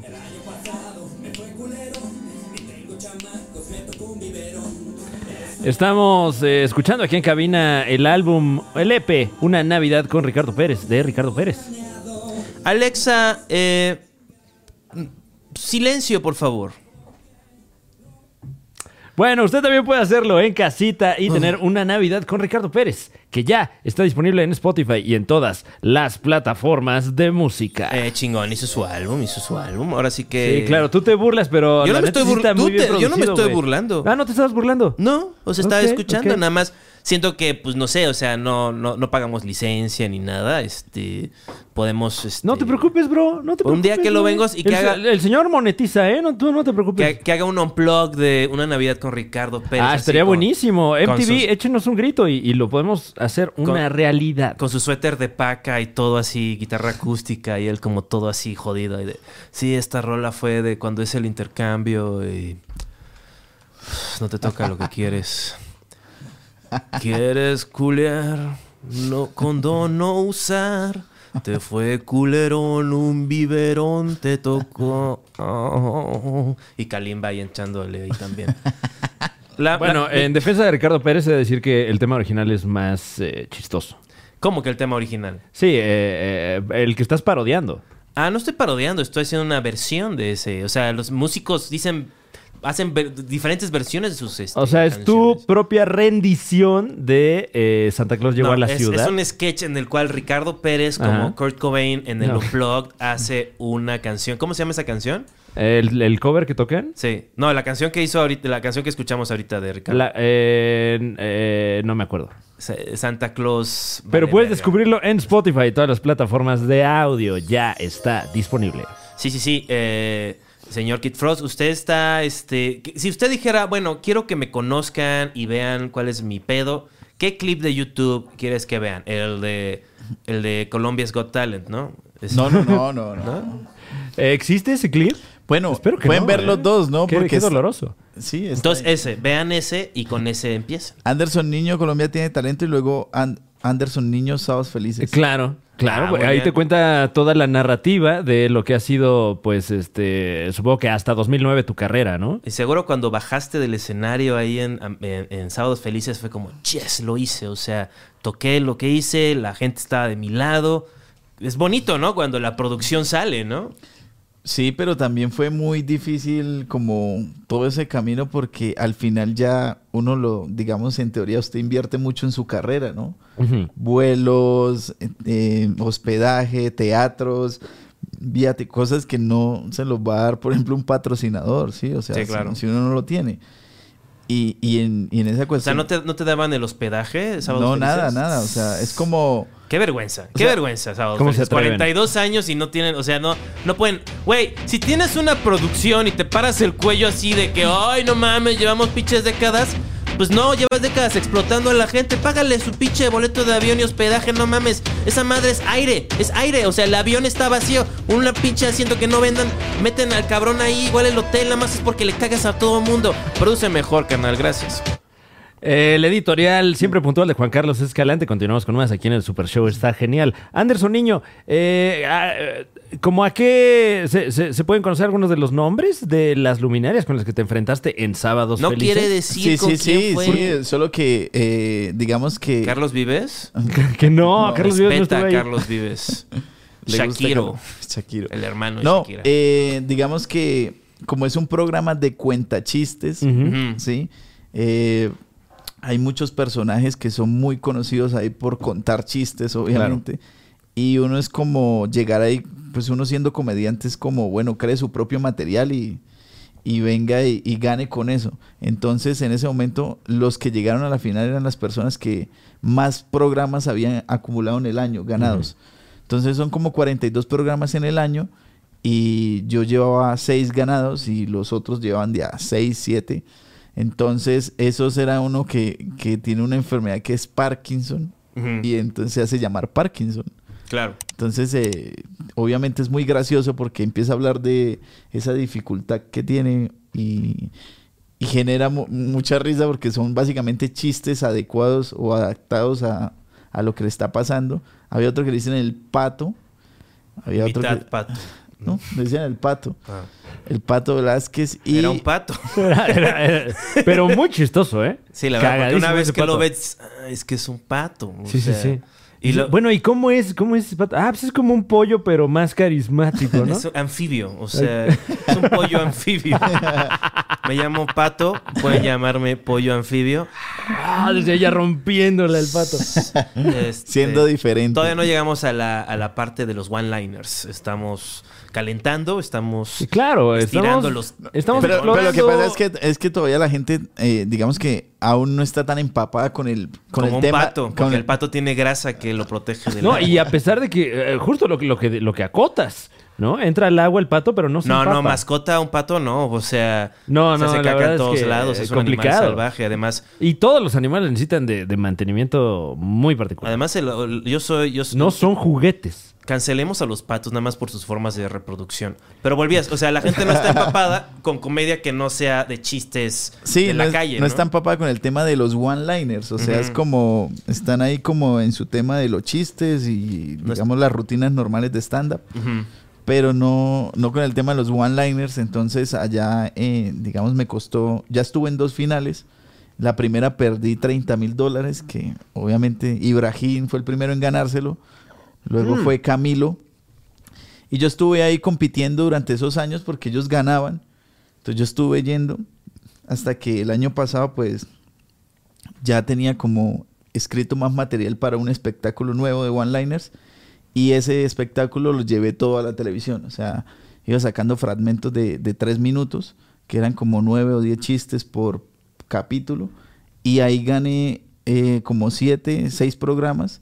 Speaker 3: Estamos eh, escuchando aquí en cabina el álbum, el EP, Una Navidad con Ricardo Pérez, de Ricardo Pérez.
Speaker 2: Alexa, eh, silencio, por favor.
Speaker 3: Bueno, usted también puede hacerlo en casita y tener una Navidad con Ricardo Pérez, que ya está disponible en Spotify y en todas las plataformas de música.
Speaker 2: Eh, chingón, hizo su álbum, hizo su álbum. Ahora sí que.
Speaker 3: sí, claro, tú te burlas, pero.
Speaker 2: Yo no
Speaker 3: la
Speaker 2: me
Speaker 3: neta
Speaker 2: estoy
Speaker 3: sí
Speaker 2: burl-
Speaker 3: está
Speaker 2: tú
Speaker 3: muy bien
Speaker 2: te- yo no me
Speaker 3: producido,
Speaker 2: estoy
Speaker 3: güey.
Speaker 2: burlando.
Speaker 3: Ah, no te estabas burlando.
Speaker 2: No, os estaba
Speaker 3: Ok,
Speaker 2: escuchando,
Speaker 3: ok.
Speaker 2: nada más. Siento que, pues no sé, o sea, no, no, no pagamos licencia ni nada. Este, podemos. este,
Speaker 3: No te preocupes, bro. No te preocupes.
Speaker 2: Un día que lo
Speaker 3: güey.
Speaker 2: vengas y que
Speaker 3: El-
Speaker 2: haga-
Speaker 3: El señor monetiza, ¿eh? No, tú no te preocupes.
Speaker 2: Que, que haga un unplug de una Navidad con Ricardo Pérez.
Speaker 3: ah,
Speaker 2: así
Speaker 3: estaría
Speaker 2: con-
Speaker 3: buenísimo.
Speaker 2: con
Speaker 3: MTV,
Speaker 2: sus-
Speaker 3: échenos un grito y, y lo podemos hacer una realidad.
Speaker 2: Con su suéter de paca y todo así, guitarra acústica y él como todo así jodido. y de, sí, esta rola fue de cuando es el intercambio y no te toca lo que quieres. ¿Quieres culear? No, condón no usar. Te fue culerón, un biberón te tocó. Oh. Y Kalimba ahí enchándole ahí también. La-
Speaker 3: Bueno,
Speaker 2: la-
Speaker 3: en defensa de Ricardo Pérez, he de decir que el tema original es más eh, chistoso.
Speaker 2: ¿Cómo que el tema original?
Speaker 3: Sí, eh, eh, el que estás parodiando.
Speaker 2: Ah, no estoy parodiando, estoy haciendo una versión de ese. O sea, los músicos dicen, hacen ver- diferentes versiones de sus este,
Speaker 3: O sea, es tu
Speaker 2: canciones.
Speaker 3: propia rendición de eh, Santa Claus llegó
Speaker 2: No,
Speaker 3: a la
Speaker 2: es,
Speaker 3: ciudad.
Speaker 2: Es un sketch en el cual Ricardo Pérez, como
Speaker 3: Ajá.
Speaker 2: Kurt Cobain en el
Speaker 3: No.
Speaker 2: Unplugged, hace una canción. ¿Cómo se llama esa canción?
Speaker 3: El, el cover que tocan.
Speaker 2: Sí. No, la canción que hizo ahorita, la canción que escuchamos ahorita de Ricardo.
Speaker 3: la- eh, eh, no me acuerdo.
Speaker 2: Sa- Santa Claus.
Speaker 3: Pero
Speaker 2: vale,
Speaker 3: puedes
Speaker 2: verga.
Speaker 3: descubrirlo en Spotify y todas las plataformas de audio. Ya está disponible.
Speaker 2: Sí, sí, sí. eh, señor Kid Frost, usted está, este, que- si usted dijera, bueno, quiero que me conozcan y vean cuál es mi pedo, ¿qué clip de YouTube quieres que vean? El de, el de Colombia's Got Talent, ¿no? Es-
Speaker 4: No, no, no, no, no.
Speaker 3: Eh, ¿Existe ese clip?
Speaker 4: Bueno,
Speaker 3: Espero que
Speaker 4: pueden
Speaker 3: no,
Speaker 4: ver
Speaker 3: ¿eh?
Speaker 4: los dos, ¿no?
Speaker 3: Qué, qué
Speaker 4: es-
Speaker 3: doloroso.
Speaker 4: Sí, está
Speaker 2: Entonces
Speaker 4: ahí.
Speaker 2: ese, vean ese y con ese empiezan.
Speaker 4: Anderson Niño, Colombia tiene talento y luego An- Anderson Niño, Sábados Felices.
Speaker 3: Eh, Claro, claro.
Speaker 2: Ah,
Speaker 3: güey.
Speaker 2: muy
Speaker 3: ahí
Speaker 2: bien.
Speaker 3: te cuenta toda la narrativa de lo que ha sido, pues, este, supongo que hasta 2009 tu carrera, ¿no?
Speaker 2: Y seguro cuando bajaste del escenario ahí en, en- en Sábados Felices fue como, yes, lo hice. O sea, toqué lo que hice, la gente estaba de mi lado. Es bonito, ¿no? Cuando la producción sale, ¿no?
Speaker 4: Sí, pero también fue muy difícil como todo ese camino porque al final ya uno lo, digamos, en teoría usted invierte mucho en su carrera, ¿no?
Speaker 3: Ujú.
Speaker 4: Vuelos, eh, eh, hospedaje, teatros, viate, cosas que no se los va a dar, por ejemplo, un patrocinador, ¿sí? O sea,
Speaker 2: Sí,
Speaker 4: si-
Speaker 2: claro.
Speaker 4: si, uno no lo tiene. Y, y en, y en esa
Speaker 2: O sea,
Speaker 4: cuestión...
Speaker 2: ¿no te, no te daban el hospedaje? Sábados
Speaker 4: no, nada,
Speaker 2: Felices?
Speaker 4: nada. O sea, es como...
Speaker 2: Qué vergüenza, qué
Speaker 4: sea,
Speaker 2: vergüenza, Sábados
Speaker 3: ¿cómo se
Speaker 2: Felices.
Speaker 3: atreven?
Speaker 2: 42 años y no tienen, o sea, no, no pueden. Güey, si tienes una producción y te paras el cuello así de que, ay, no mames, llevamos pinches décadas. Pues no, llevas décadas explotando a la gente. Págale su pinche boleto de avión y hospedaje, no mames. Esa madre es aire, es aire. O sea, el avión está vacío. Una pinche asiento que no vendan. Meten al cabrón ahí, igual el hotel, nada más es porque le cagas a todo mundo. Produce mejor, carnal, gracias.
Speaker 3: Eh, El editorial siempre puntual de Juan Carlos Escalante. Continuamos con más aquí en el Super Show. Está genial. Anderson Niño, eh, ah, eh, ¿cómo a qué se, se- se pueden conocer algunos de los nombres de las luminarias con las que te enfrentaste en Sábados
Speaker 2: No
Speaker 3: Felices?
Speaker 2: quiere decir con quién fue.
Speaker 4: sí, Solo que, eh, digamos que.
Speaker 2: Carlos Vives.
Speaker 3: Que no,
Speaker 4: No,
Speaker 3: Ah, Carlos Vives no
Speaker 2: Respeta
Speaker 3: estuvo
Speaker 2: a
Speaker 3: ahí.
Speaker 2: Carlos Vives.
Speaker 4: le gusta
Speaker 2: Shakiro.
Speaker 4: Carlos- Shakiro.
Speaker 2: El hermano de
Speaker 4: No,
Speaker 2: Shakira.
Speaker 4: eh, digamos que como es un programa de cuentachistes,
Speaker 3: Ujú.
Speaker 2: Ujú.
Speaker 4: ¿sí? Eh, hay muchos personajes que son muy conocidos ahí por contar chistes, obviamente. Y uno es como llegar ahí, pues uno siendo comediante es como, bueno, cree su propio material y, y venga y, y gane con eso. Entonces, en ese momento, los que llegaron a la final eran las personas que más programas habían acumulado en el año, ganados. Entonces, son como 42 programas en el año y yo llevaba 6 ganados y los otros llevaban de a 6, 7. Entonces, eso era uno que, que tiene una enfermedad que es Parkinson
Speaker 2: Ujú.
Speaker 4: y entonces se hace llamar Parkinson.
Speaker 2: Claro.
Speaker 4: Entonces, eh, obviamente es muy gracioso porque empieza a hablar de esa dificultad que tiene y, y genera mu- mucha risa porque son básicamente chistes adecuados o adaptados a, a lo que le está pasando. Había otro que le dicen el pato. Había otro
Speaker 2: Mitad
Speaker 4: que...
Speaker 2: pato.
Speaker 4: No, le decían el pato.
Speaker 2: Ah.
Speaker 4: El pato Velázquez y...
Speaker 2: Era un pato.
Speaker 3: Era- era- era- pero muy chistoso, ¿eh?
Speaker 2: Sí, la verdad. Porque
Speaker 3: Cagadísimo
Speaker 2: una vez
Speaker 3: ese
Speaker 2: que lo
Speaker 3: pato.
Speaker 2: ves, ah, es que es un pato. o
Speaker 3: Sí, sí,
Speaker 2: sea,
Speaker 3: sí.
Speaker 2: Y lo,
Speaker 3: Bueno, ¿y cómo es? ¿Cómo es ese pato? Ah, pues es como un pollo, pero más carismático, ¿no?
Speaker 2: Es un anfibio, o sea, es un pollo anfibio. Me llamo Pato, pueden llamarme pollo anfibio.
Speaker 3: Ah, desde ella rompiéndole el pato.
Speaker 2: Este,
Speaker 4: Siendo diferente.
Speaker 2: Todavía no llegamos a la, a la parte de los one-liners. Estamos calentando, estamos...
Speaker 3: Sí, Claro,
Speaker 2: Estirando
Speaker 3: estamos,
Speaker 2: los-
Speaker 3: estamos
Speaker 4: pero, pero lo que
Speaker 3: explorando-
Speaker 4: pasa es que, es que todavía la gente, eh, digamos que aún no está tan empapada con el, con
Speaker 2: como
Speaker 4: el
Speaker 2: un
Speaker 4: tema.
Speaker 2: pato,
Speaker 4: con
Speaker 2: porque el...
Speaker 4: el-
Speaker 2: pato tiene grasa que lo protege del
Speaker 3: No,
Speaker 2: agua.
Speaker 3: y a pesar de que, eh, justo lo, que- lo, que, lo que acotas, ¿no? Entra al agua el pato, pero no se
Speaker 2: No, no,
Speaker 3: empapa.
Speaker 2: mascota, un pato no, o sea,
Speaker 3: No,
Speaker 2: se
Speaker 3: no,
Speaker 2: hace
Speaker 3: la
Speaker 2: caca
Speaker 3: verdad
Speaker 2: en
Speaker 3: es
Speaker 2: todos
Speaker 3: que
Speaker 2: lados,
Speaker 3: es
Speaker 2: es un animal
Speaker 3: complicado.
Speaker 2: salvaje, además,
Speaker 3: Y todos los animales necesitan de, de mantenimiento muy particular.
Speaker 2: además el- el- yo soy, yo soy-
Speaker 3: no son juguetes.
Speaker 2: Cancelemos a los patos nada más por sus formas de reproducción. Pero volvías, o sea, la gente no está empapada con comedia que no sea de chistes
Speaker 4: Sí,
Speaker 2: de
Speaker 4: no,
Speaker 2: la
Speaker 4: es-
Speaker 2: calle.
Speaker 4: no está empapada con el tema de los one-liners. O sea, es
Speaker 2: Ujú.
Speaker 4: como. Están ahí como en su tema de los chistes y,
Speaker 2: No es-
Speaker 4: digamos, las rutinas normales de stand-up.
Speaker 2: Ujú.
Speaker 4: Pero no, no con el tema de los one-liners. Entonces, allá, eh, digamos, me costó. Ya estuve en dos finales. La primera perdí 30 mil dólares, que obviamente Ibrahim fue el primero en ganárselo. Luego
Speaker 2: Mm.
Speaker 4: fue Camilo. Y yo estuve ahí compitiendo durante esos años porque ellos ganaban. Entonces yo estuve yendo hasta que el año pasado pues ya tenía como escrito más material para un espectáculo nuevo de one-liners y ese espectáculo lo llevé todo a la televisión. O sea, iba sacando fragmentos de, de tres minutos que eran como nueve o diez chistes por capítulo y ahí gané eh, como siete, seis programas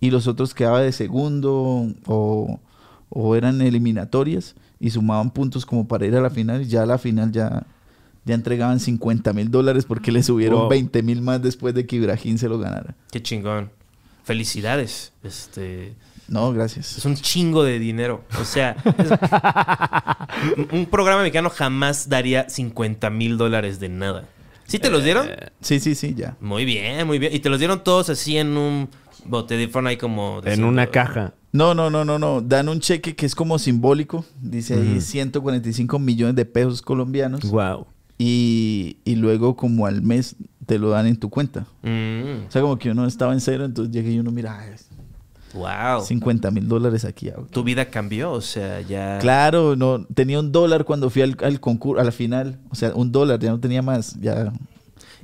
Speaker 4: y los otros quedaba de segundo o, o eran eliminatorias y sumaban puntos como para ir a la final y ya a la final ya, ya entregaban 50 mil dólares porque le subieron
Speaker 3: Wow.
Speaker 4: 20 mil más después de que Ibrahim se lo ganara.
Speaker 2: Qué chingón. Felicidades. Este
Speaker 4: No, gracias.
Speaker 2: es un chingo de dinero. O sea, es- un- un programa mexicano jamás daría 50 mil dólares de nada. ¿Sí te los dieron?
Speaker 3: Eh.
Speaker 4: Sí, sí, sí, ya.
Speaker 2: Muy bien, muy bien. Y te los dieron todos así en un bote de ahí como.
Speaker 3: En una caja.
Speaker 4: No, no, no, no, no. Dan un cheque que es como simbólico. Dice ahí 145 millones de pesos colombianos.
Speaker 3: Wow.
Speaker 4: Y, y luego como al mes te lo dan en tu cuenta.
Speaker 2: Mm,
Speaker 4: O sea, como que uno estaba en cero, entonces llegué y uno mira, ay,
Speaker 2: wow.
Speaker 4: 50 mil dólares aquí. ah,
Speaker 2: Tu vida cambió, o sea, ya.
Speaker 4: Claro, no, tenía un dólar cuando fui al, al concurso, a la final. O sea, un dólar, ya no tenía más. Ya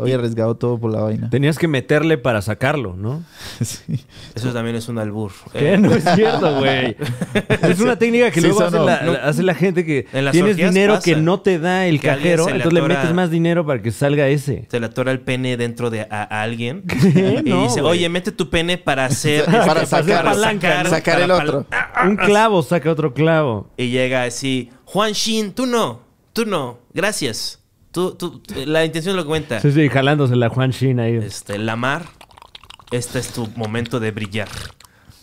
Speaker 4: había arriesgado todo por la vaina.
Speaker 3: Tenías que meterle para sacarlo, ¿no?
Speaker 4: Sí.
Speaker 2: Eso también es un albur.
Speaker 3: ¿Qué?
Speaker 2: Eh,
Speaker 3: No es cierto, güey. Es una técnica que
Speaker 4: Sí,
Speaker 3: luego
Speaker 4: eso
Speaker 3: hace,
Speaker 4: no.
Speaker 3: la,
Speaker 2: No.
Speaker 3: la- hace la gente que
Speaker 2: En las
Speaker 3: tienes
Speaker 2: orgías
Speaker 3: dinero
Speaker 2: pasa.
Speaker 3: que no te da el
Speaker 2: Que alguien
Speaker 3: cajero,
Speaker 2: se le
Speaker 3: entonces le
Speaker 2: atora-
Speaker 3: metes más dinero para que salga ese.
Speaker 2: Se le atora el pene dentro de a, a alguien.
Speaker 3: ¿Qué?
Speaker 2: Y
Speaker 3: No,
Speaker 2: dice,
Speaker 3: güey.
Speaker 2: oye, mete tu pene para hacer...
Speaker 4: Para
Speaker 2: este,
Speaker 4: sacar- sacar
Speaker 2: para
Speaker 4: el
Speaker 2: pal-
Speaker 4: otro.
Speaker 2: Ah,
Speaker 3: Un clavo saca otro clavo.
Speaker 2: Y llega así, Juan Shin, tú no, tú no, gracias. Tú, tú, tú- la intención lo cuenta.
Speaker 3: Sí, sí, jalándose la Juan Shin ahí.
Speaker 2: Este, Lamar, este es tu momento de brillar.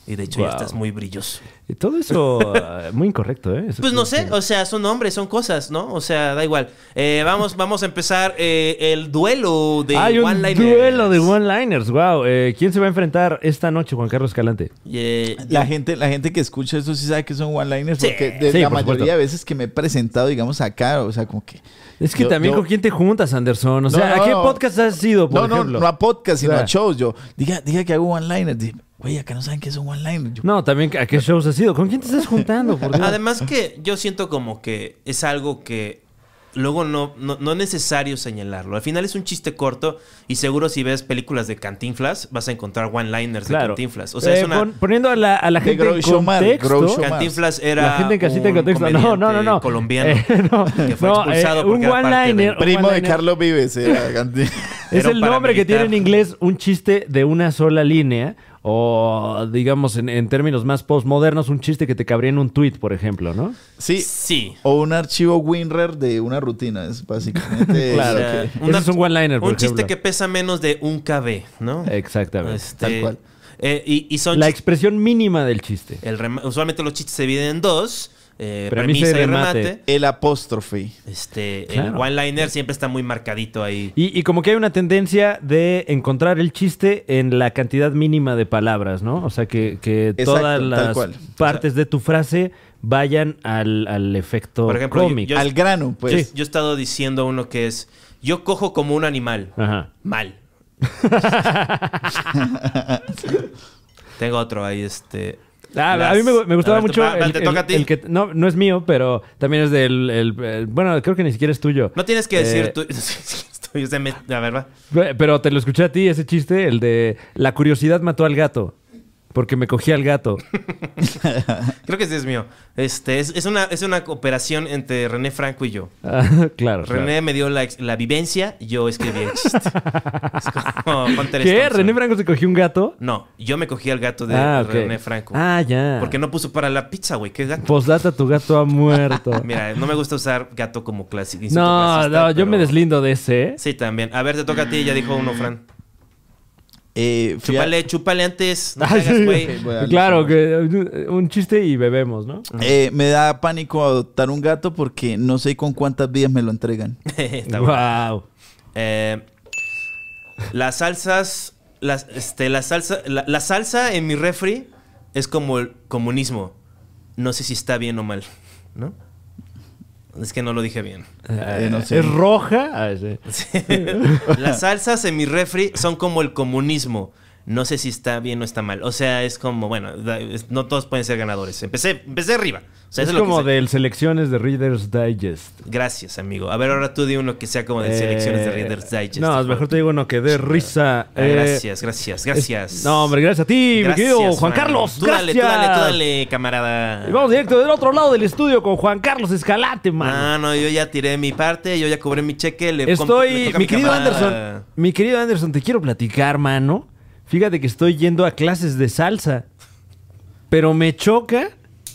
Speaker 2: Y de hecho ya
Speaker 3: Wow.
Speaker 2: estás muy brilloso.
Speaker 3: Eh, Todo eso eh, muy incorrecto, ¿eh? Eso
Speaker 2: Pues no
Speaker 3: creo
Speaker 2: sé,
Speaker 3: que-
Speaker 2: o sea, son nombres, son cosas, ¿no? O sea, da igual. Eh, vamos, vamos a empezar eh, el duelo de
Speaker 3: Hay un
Speaker 2: one-liners.
Speaker 3: duelo de one-liners, wow. Eh, ¿Quién se va a enfrentar esta noche, Juan Carlos Calante?
Speaker 2: Y, eh,
Speaker 4: La gente, la gente que escucha eso sí sabe que son one-liners
Speaker 2: Sí.
Speaker 4: porque de
Speaker 3: Sí,
Speaker 4: la
Speaker 3: por
Speaker 4: mayoría
Speaker 3: supuesto.
Speaker 4: de veces que me he presentado, digamos, acá, o sea, como que...
Speaker 3: Es que
Speaker 4: Yo-
Speaker 3: también
Speaker 4: yo-
Speaker 3: con quién te juntas, Anderson. O sea,
Speaker 4: No, no,
Speaker 3: ¿a qué
Speaker 4: no.
Speaker 3: podcast has sido, por
Speaker 4: no, no,
Speaker 3: ejemplo?
Speaker 4: no a podcast, sino
Speaker 3: Claro.
Speaker 4: a shows. Yo, diga, diga que hago one-liners. Di- Güey, acá no saben qué son one-liners. Yo,
Speaker 3: No, también a qué shows has sido. ¿Con quién te estás juntando? Por Dios?
Speaker 2: Además que yo siento como que es algo que luego no, no, no es necesario señalarlo. Al final es un chiste corto y seguro si ves películas de Cantinflas vas a encontrar one-liners de Cantinflas. O sea,
Speaker 3: Eh,
Speaker 2: es una...
Speaker 3: pon- poniendo a la, a la
Speaker 4: De
Speaker 3: gente en
Speaker 4: Groucho Marx,
Speaker 3: contexto.
Speaker 4: Groucho
Speaker 2: Cantinflas era
Speaker 3: la gente en casita en
Speaker 2: un
Speaker 3: contexto. No, no, no, no.
Speaker 2: comediante colombiano
Speaker 3: Eh, no,
Speaker 2: que fue
Speaker 3: no,
Speaker 2: expulsado
Speaker 3: eh, un
Speaker 2: porque era parte
Speaker 3: one-liner,
Speaker 2: del-
Speaker 4: primo de
Speaker 3: one-liner.
Speaker 4: Carlos Vives. era Gandhi.
Speaker 3: Es
Speaker 2: Era
Speaker 3: el
Speaker 2: un
Speaker 3: nombre que tiene en
Speaker 2: paramilitar.
Speaker 3: inglés un chiste de una sola línea. O, digamos, en, en términos más postmodernos, un chiste que te cabría en un tweet, por ejemplo, ¿no?
Speaker 4: sí,
Speaker 2: Pues, Sí.
Speaker 4: o un archivo WinRAR de una rutina, es básicamente...
Speaker 3: Claro.
Speaker 4: lo
Speaker 2: O sea,
Speaker 4: que-
Speaker 3: Ese es un one-liner, por
Speaker 2: Un chiste
Speaker 3: ejemplo.
Speaker 2: que pesa menos de un KB, ¿no?
Speaker 3: Exactamente.
Speaker 2: Este,
Speaker 4: Tal cual.
Speaker 2: eh, y, y son
Speaker 3: La
Speaker 2: chis-
Speaker 3: expresión mínima del chiste.
Speaker 2: el rema- usualmente los chistes se dividen en dos, eh,
Speaker 3: Premisa
Speaker 2: premisa,
Speaker 3: y
Speaker 2: y remate.
Speaker 3: remate.
Speaker 4: El apóstrofe.
Speaker 2: Este, el
Speaker 3: Claro.
Speaker 2: one-liner siempre está muy marcadito ahí.
Speaker 3: Y, y como que hay una tendencia de encontrar el chiste en la cantidad mínima de palabras, ¿no? O sea, que, que
Speaker 4: Exacto,
Speaker 3: todas
Speaker 4: tal
Speaker 3: las
Speaker 4: cual.
Speaker 3: partes de tu frase vayan al, al efecto
Speaker 2: Por ejemplo, yo-
Speaker 3: cómico.
Speaker 2: yo-
Speaker 4: Al grano, pues.
Speaker 2: Yo he estado diciendo uno que es, yo cojo como un animal,
Speaker 3: Ajá.
Speaker 2: mal. Tengo otro ahí, este...
Speaker 3: Ah,
Speaker 2: las-
Speaker 3: a mí me, me gustaba
Speaker 2: a ver,
Speaker 3: mucho
Speaker 2: va, va,
Speaker 3: el,
Speaker 2: te
Speaker 3: el-
Speaker 2: toca a ti.
Speaker 3: el que... No, no es mío, pero también es del... el- el- bueno, creo que ni siquiera es tuyo.
Speaker 2: No tienes que decir
Speaker 3: Eh,
Speaker 2: tú... Estoy- se me- a ver, va.
Speaker 3: Pe- Pero te lo escuché a ti, ese chiste, el de la curiosidad mató al gato. Porque me cogí al gato.
Speaker 2: Creo que sí es mío. Este, es, es una, es una cooperación entre René Franco y yo.
Speaker 3: Ah, claro.
Speaker 2: René
Speaker 3: claro.
Speaker 2: me dio la, ex- la vivencia, yo escribí el chiste. Es como Hunter S.
Speaker 3: ¿Qué?
Speaker 2: Thompson.
Speaker 3: ¿René Franco se cogió un gato?
Speaker 2: No, yo me cogí al gato de
Speaker 3: Ah, ok.
Speaker 2: René Franco.
Speaker 3: Ah, ya.
Speaker 2: Porque no puso para la pizza, güey. ¿Qué gato?
Speaker 3: Postdata, tu gato ha muerto.
Speaker 2: Mira, no me gusta usar gato como clásico. insulto
Speaker 3: no,
Speaker 2: clasista,
Speaker 3: no, yo
Speaker 2: pero-
Speaker 3: me deslindo de ese.
Speaker 2: Sí, también. A ver, te toca a ti, ya dijo uno, Fran.
Speaker 4: Eh, fui a-
Speaker 2: Chúpale, chúpale antes. No
Speaker 3: Ah,
Speaker 2: te hagas,
Speaker 3: sí.
Speaker 2: güey.
Speaker 4: Ok, voy a darle
Speaker 3: Claro,
Speaker 4: su-
Speaker 3: que eh, un chiste y bebemos, ¿no?
Speaker 4: Eh, me da pánico adoptar un gato porque no sé con cuántas vidas me lo entregan.
Speaker 2: Está bueno.
Speaker 3: wow.
Speaker 2: Eh, las salsas. Las, este, la, salsa, la, la salsa en mi refri es como el comunismo. No sé si está bien o mal, ¿no? Es que no lo dije bien.
Speaker 4: Eh, no sé.
Speaker 3: Es roja. Ah, sí.
Speaker 2: Las salsas en mi refri son como el comunismo. No sé si está bien o está mal. O sea, es como, bueno, da- es- no todos pueden ser ganadores. Empecé, empecé arriba. O sea,
Speaker 3: es
Speaker 2: eso es lo que
Speaker 3: como
Speaker 2: sé.
Speaker 3: del selecciones de Reader's Digest.
Speaker 2: Gracias, amigo. A ver, ahora tú di uno que sea como de
Speaker 3: Eh,
Speaker 2: selecciones de Reader's Digest.
Speaker 3: No, mejor te digo uno que dé risa.
Speaker 2: Ah,
Speaker 3: Eh,
Speaker 2: gracias, gracias, gracias.
Speaker 3: es- No, hombre, gracias a ti, mi
Speaker 2: Gracias,
Speaker 3: querido Juan Carlos.
Speaker 2: Tú dale, tú
Speaker 3: gracias.
Speaker 2: dale, tú dale, camarada.
Speaker 3: Y vamos directo del otro lado del estudio con Juan Carlos Escalante, man.
Speaker 2: Ah, no, yo ya tiré mi parte, yo ya cobré mi cheque. Le comp- le
Speaker 3: Estoy,
Speaker 2: toca a
Speaker 3: mi querido
Speaker 2: camarada.
Speaker 3: Anderson, mi querido Anderson, te quiero platicar, mano. Fíjate que estoy yendo a clases de salsa, pero me choca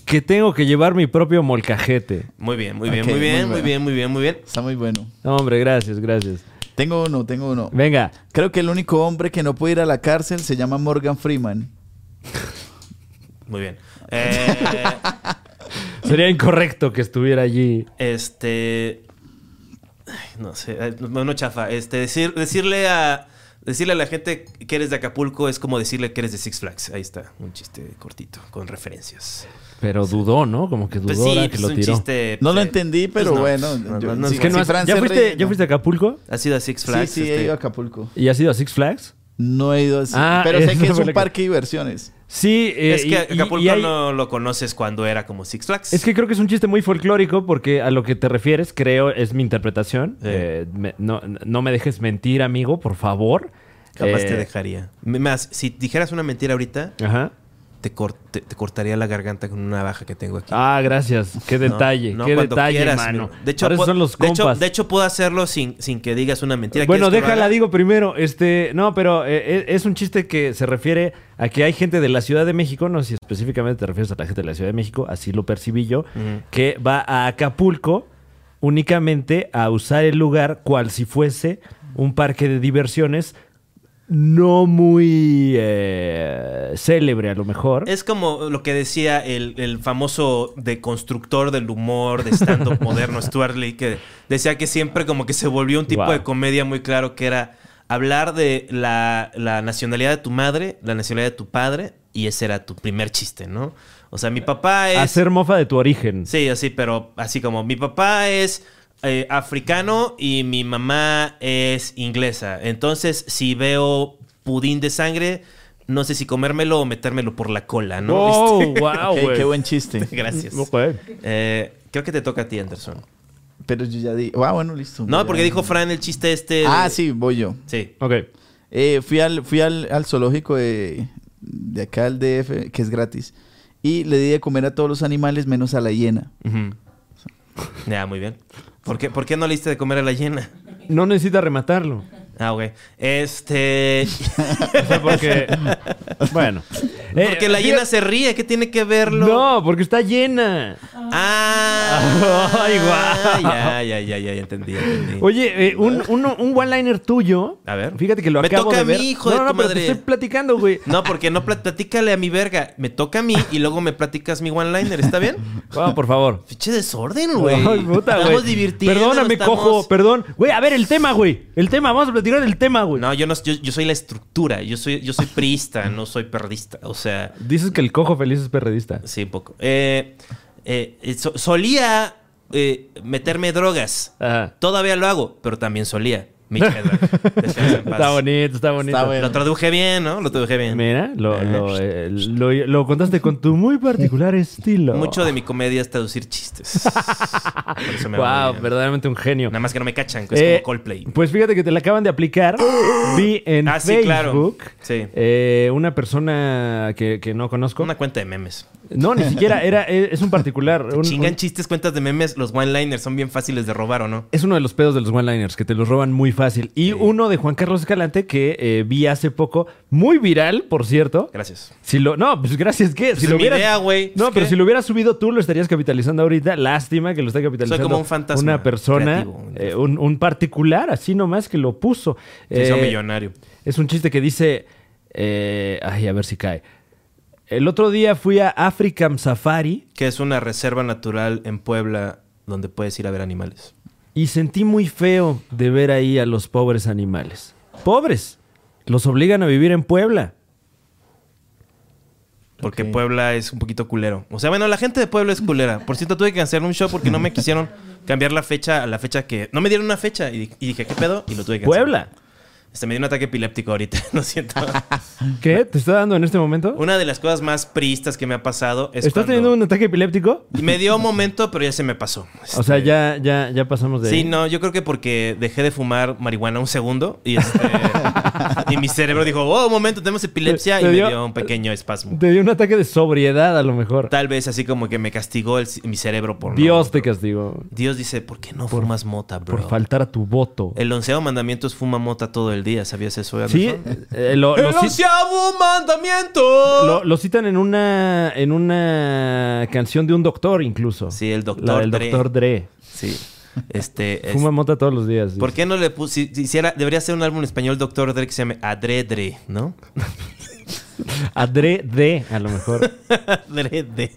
Speaker 3: que tengo que llevar mi propio molcajete.
Speaker 2: Muy bien, muy bien,
Speaker 4: Ok,
Speaker 2: muy bien,
Speaker 4: muy
Speaker 2: muy bien, muy bien, muy bien.
Speaker 4: Está muy bueno.
Speaker 3: No, hombre, gracias, gracias.
Speaker 4: Tengo uno, tengo uno.
Speaker 3: Venga,
Speaker 4: Creo que el único hombre que no puede ir a la cárcel se llama Morgan Freeman.
Speaker 2: Muy bien. Eh,
Speaker 3: sería incorrecto que estuviera allí.
Speaker 2: este. ay, No sé, ay, no, no chafa. Este, decir, decirle a. Decirle a la gente que eres de Acapulco es como decirle que eres de Six Flags. Ahí está, un chiste cortito, con referencias.
Speaker 3: Pero dudó, ¿no? Como que dudó
Speaker 2: Pues
Speaker 3: ahora
Speaker 2: sí,
Speaker 3: que
Speaker 2: pues
Speaker 3: lo
Speaker 2: un
Speaker 3: tiró.
Speaker 2: chiste.
Speaker 4: No lo
Speaker 2: eh,
Speaker 4: entendí,
Speaker 2: pues
Speaker 4: pero
Speaker 2: no,
Speaker 4: bueno.
Speaker 2: no,
Speaker 4: yo-
Speaker 2: no, no,
Speaker 4: sí,
Speaker 2: es
Speaker 3: Que no
Speaker 4: sí,
Speaker 3: has-
Speaker 4: Fran
Speaker 3: ¿Ya,
Speaker 4: se
Speaker 3: fuiste,
Speaker 4: ríe,
Speaker 3: ¿Ya
Speaker 4: no.
Speaker 3: fuiste a Acapulco?
Speaker 2: ¿Has sido a Six
Speaker 4: Sí,
Speaker 2: Flags?
Speaker 4: sí,
Speaker 2: este?
Speaker 4: he ido a Acapulco.
Speaker 3: ¿Y has ido a Six Flags?
Speaker 4: No he ido así.
Speaker 3: Ah,
Speaker 4: pero sé
Speaker 3: eso
Speaker 4: que es
Speaker 3: fue lo
Speaker 4: un
Speaker 3: que-
Speaker 4: parque de diversiones.
Speaker 3: Sí. eh,
Speaker 2: es
Speaker 3: y-
Speaker 2: que
Speaker 3: y-
Speaker 2: Acapulco
Speaker 3: y hay-
Speaker 2: no lo conoces cuando era como Six Flags.
Speaker 3: Es que creo que es un chiste muy folclórico porque a lo que te refieres, creo, es mi interpretación.
Speaker 2: Sí.
Speaker 3: Eh, me- no, no me dejes mentir, amigo, por favor.
Speaker 2: Capaz
Speaker 3: Eh,
Speaker 2: te dejaría. M- Más, si dijeras una mentira ahorita,
Speaker 3: Ajá.
Speaker 2: te, cor- te- te cortaría la garganta con una navaja que tengo aquí.
Speaker 3: Ah, gracias. Qué
Speaker 2: No,
Speaker 3: detalle,
Speaker 2: no,
Speaker 3: qué
Speaker 2: cuando
Speaker 3: detalle,
Speaker 2: quieras,
Speaker 3: mano.
Speaker 2: mira. De hecho,
Speaker 3: Para eso
Speaker 2: puedo-
Speaker 3: son los
Speaker 2: de
Speaker 3: compas.
Speaker 2: hecho- de hecho, puedo hacerlo sin, sin que digas una mentira.
Speaker 3: bueno,
Speaker 2: ¿Quieres que lo
Speaker 3: déjala,
Speaker 2: haga?
Speaker 3: digo primero. Este, no, pero eh, eh, es un chiste que se refiere a que hay gente de la Ciudad de México, no sé si específicamente te refieres a la gente de la Ciudad de México, así lo percibí yo,
Speaker 2: Ujú.
Speaker 3: que va a Acapulco únicamente a usar el lugar cual si fuese un parque de diversiones no muy eh, célebre a lo mejor.
Speaker 2: Es como lo que decía el, el famoso deconstructor del humor de stand-up moderno, Stuart Lee, que decía que siempre como que se volvió un tipo
Speaker 3: Wow.
Speaker 2: de comedia muy claro que era hablar de la, la nacionalidad de tu madre, la nacionalidad de tu padre, y ese era tu primer chiste, ¿no? O sea, mi papá es...
Speaker 3: Hacer mofa de tu origen.
Speaker 2: Sí, así, pero así como mi papá es eh, africano y mi mamá es inglesa. Entonces, si veo pudín de sangre, no sé si comérmelo o metérmelo por la cola, ¿no?
Speaker 4: Oh.
Speaker 3: Wow,
Speaker 2: Este,
Speaker 5: Ah,
Speaker 3: wow,
Speaker 4: Qué-
Speaker 3: güey.
Speaker 4: qué buen chiste.
Speaker 2: Gracias.
Speaker 3: Ok.
Speaker 2: Eh, creo que te toca a ti, Anderson.
Speaker 4: Pero yo ya dije. Ah, bueno, listo.
Speaker 2: No,
Speaker 4: Ya.
Speaker 2: porque dijo Fran el chiste este.
Speaker 4: Ah,
Speaker 2: de-
Speaker 4: sí, voy yo.
Speaker 2: Sí.
Speaker 3: Ok.
Speaker 4: Eh, fui al, fui al, al zoológico de, de acá, al DF, que es gratis. Y le di de comer a todos los animales menos a la hiena.
Speaker 2: Ujú. Ya, muy bien. ¿Por qué, ¿Por qué no le diste de comer a la hiena?
Speaker 3: No necesita rematarlo.
Speaker 2: Ah, ok.
Speaker 4: Eh,
Speaker 2: Este.
Speaker 3: O sea, porque. bueno. Eh,
Speaker 2: Porque la hiena se ríe. ¿Qué tiene que verlo?
Speaker 3: No, porque está llena.
Speaker 2: Ah,
Speaker 3: Ay, guau.
Speaker 2: Ya, ya, ya, ya, ya entendí, ya entendí.
Speaker 3: Oye, eh, un, uno- un one-liner tuyo.
Speaker 2: A ver.
Speaker 3: Fíjate que lo
Speaker 2: Me
Speaker 3: acabo
Speaker 2: toca
Speaker 3: de
Speaker 2: a mí,
Speaker 3: ver.
Speaker 2: hijo
Speaker 3: no,
Speaker 2: de
Speaker 3: no,
Speaker 2: tu
Speaker 3: pero te
Speaker 2: madre.
Speaker 3: estoy platicando, güey.
Speaker 2: No, porque no plat- platícale a mi verga. Me toca a mí y luego me platicas mi one liner, ¿está bien?
Speaker 3: Vamos, por favor.
Speaker 2: Pinche desorden, güey.
Speaker 3: Ay, puta, güey.
Speaker 2: Estamos divirtiendo.
Speaker 3: Perdóname, cojo. Perdón. Güey, a ver, el tema, güey. El tema. Vamos a platicar del tema, güey.
Speaker 2: No, yo no yo, yo soy la estructura, yo soy, yo soy priista, no soy perdista. O sea,
Speaker 3: Dices que el cojo feliz es perredista.
Speaker 2: sí, un poco. Eh, eh, eh, so- solía eh, meterme drogas.
Speaker 3: Ajá.
Speaker 2: Todavía lo hago, pero también solía. Mitch Hedberg. Descansa en paz.
Speaker 3: Está bonito, está bonito.
Speaker 4: Está bueno.
Speaker 2: Lo traduje bien, ¿no? Lo traduje bien.
Speaker 3: Mira, lo, lo, eh, lo- lo contaste con tu muy particular estilo.
Speaker 2: Mucho de mi comedia es traducir chistes. Por eso me va muy
Speaker 3: Wow,
Speaker 2: bien.
Speaker 3: verdaderamente un genio.
Speaker 2: Nada más que no me cachan, que es
Speaker 3: Eh,
Speaker 2: como Coldplay.
Speaker 3: Pues fíjate que te la acaban de aplicar. Vi en
Speaker 2: Ah, sí,
Speaker 3: Facebook
Speaker 2: claro. Sí.
Speaker 3: eh, una persona que, que no conozco.
Speaker 2: Una cuenta de memes.
Speaker 3: No, ni siquiera era, eh, es, es un particular. un-
Speaker 2: Chingan
Speaker 3: un-
Speaker 2: chistes, cuentas de memes, los one-liners son bien fáciles de robar, ¿o no?
Speaker 3: es uno de los pedos de los one-liners, que te los roban muy fácil. Y uno de Juan Carlos Escalante que eh, vi hace poco, muy viral, por cierto.
Speaker 2: Gracias.
Speaker 3: Si lo, no, pues gracias, ¿qué? si
Speaker 2: es
Speaker 3: lo
Speaker 2: mi idea, güey.
Speaker 3: No,
Speaker 2: Pues,
Speaker 3: pero
Speaker 2: ¿qué?
Speaker 3: si lo hubieras subido tú, lo estarías capitalizando ahorita. Lástima que lo está capitalizando.
Speaker 2: como un fantasma
Speaker 3: Una persona,
Speaker 2: creativo.
Speaker 3: eh, un, un particular, así nomás, que lo puso.
Speaker 2: Se hizo
Speaker 3: Eh,
Speaker 2: millonario.
Speaker 3: Es un chiste que dice. eh, ay, a ver si cae. El otro día fui a African Safari
Speaker 2: Que es una reserva natural en Puebla donde puedes ir a ver animales.
Speaker 3: y sentí muy feo de ver ahí a los pobres animales. ¡Pobres! Los obligan a vivir en Puebla.
Speaker 2: Porque Puebla es un poquito culero. O sea, bueno, la gente de Puebla es culera. Por cierto, tuve que cancelar un show porque no me quisieron cambiar la fecha a la fecha que... No me dieron una fecha y, di- y dije, ¿qué pedo? Y lo tuve que cancelar.
Speaker 3: ¿Puebla?
Speaker 2: Este, me dio un ataque epiléptico ahorita, lo siento.
Speaker 3: ¿Qué? ¿Te está dando en este momento?
Speaker 2: Una de las cosas más priistas que me ha pasado es
Speaker 3: ¿Estás
Speaker 2: cuando-
Speaker 3: teniendo un ataque epiléptico?
Speaker 2: Y Me dio un momento, pero ya se me pasó.
Speaker 3: O sea, ya, ya, ya pasamos de.
Speaker 2: Este, Sí, no, yo creo que porque dejé de fumar marihuana un segundo y, este, y mi cerebro dijo, oh, un momento, tenemos epilepsia
Speaker 3: Te-
Speaker 2: y
Speaker 3: te
Speaker 2: me
Speaker 3: dio-
Speaker 2: dio un pequeño espasmo.
Speaker 3: Te dio un ataque de sobriedad a lo mejor.
Speaker 2: Tal vez así como que me castigó el- mi cerebro por... no-
Speaker 3: Dios te castigó
Speaker 2: Dios dice, ¿por qué no Eh, fumas mota, bro?
Speaker 3: por faltar a tu voto.
Speaker 2: El onceavo mandamiento es fuma mota todo el día, ¿sabías eso?
Speaker 3: sí,
Speaker 2: Anderson?
Speaker 3: eh, lo, lo
Speaker 2: el
Speaker 3: ci-
Speaker 2: onceavo mandamiento.
Speaker 3: lo- lo citan en una en una canción de un doctor incluso.
Speaker 2: Sí, el doctor
Speaker 3: La del
Speaker 2: Dre.
Speaker 3: doctor Dre.
Speaker 2: Sí. Este, es-
Speaker 3: Fuma mota todos los días.
Speaker 2: ¿Por qué no le puse, si, si hiciera, debería ser un álbum en español, Doctor Dre, que se llame Adredre, ¿no?
Speaker 3: A Dre D, a lo mejor.
Speaker 2: Adredre.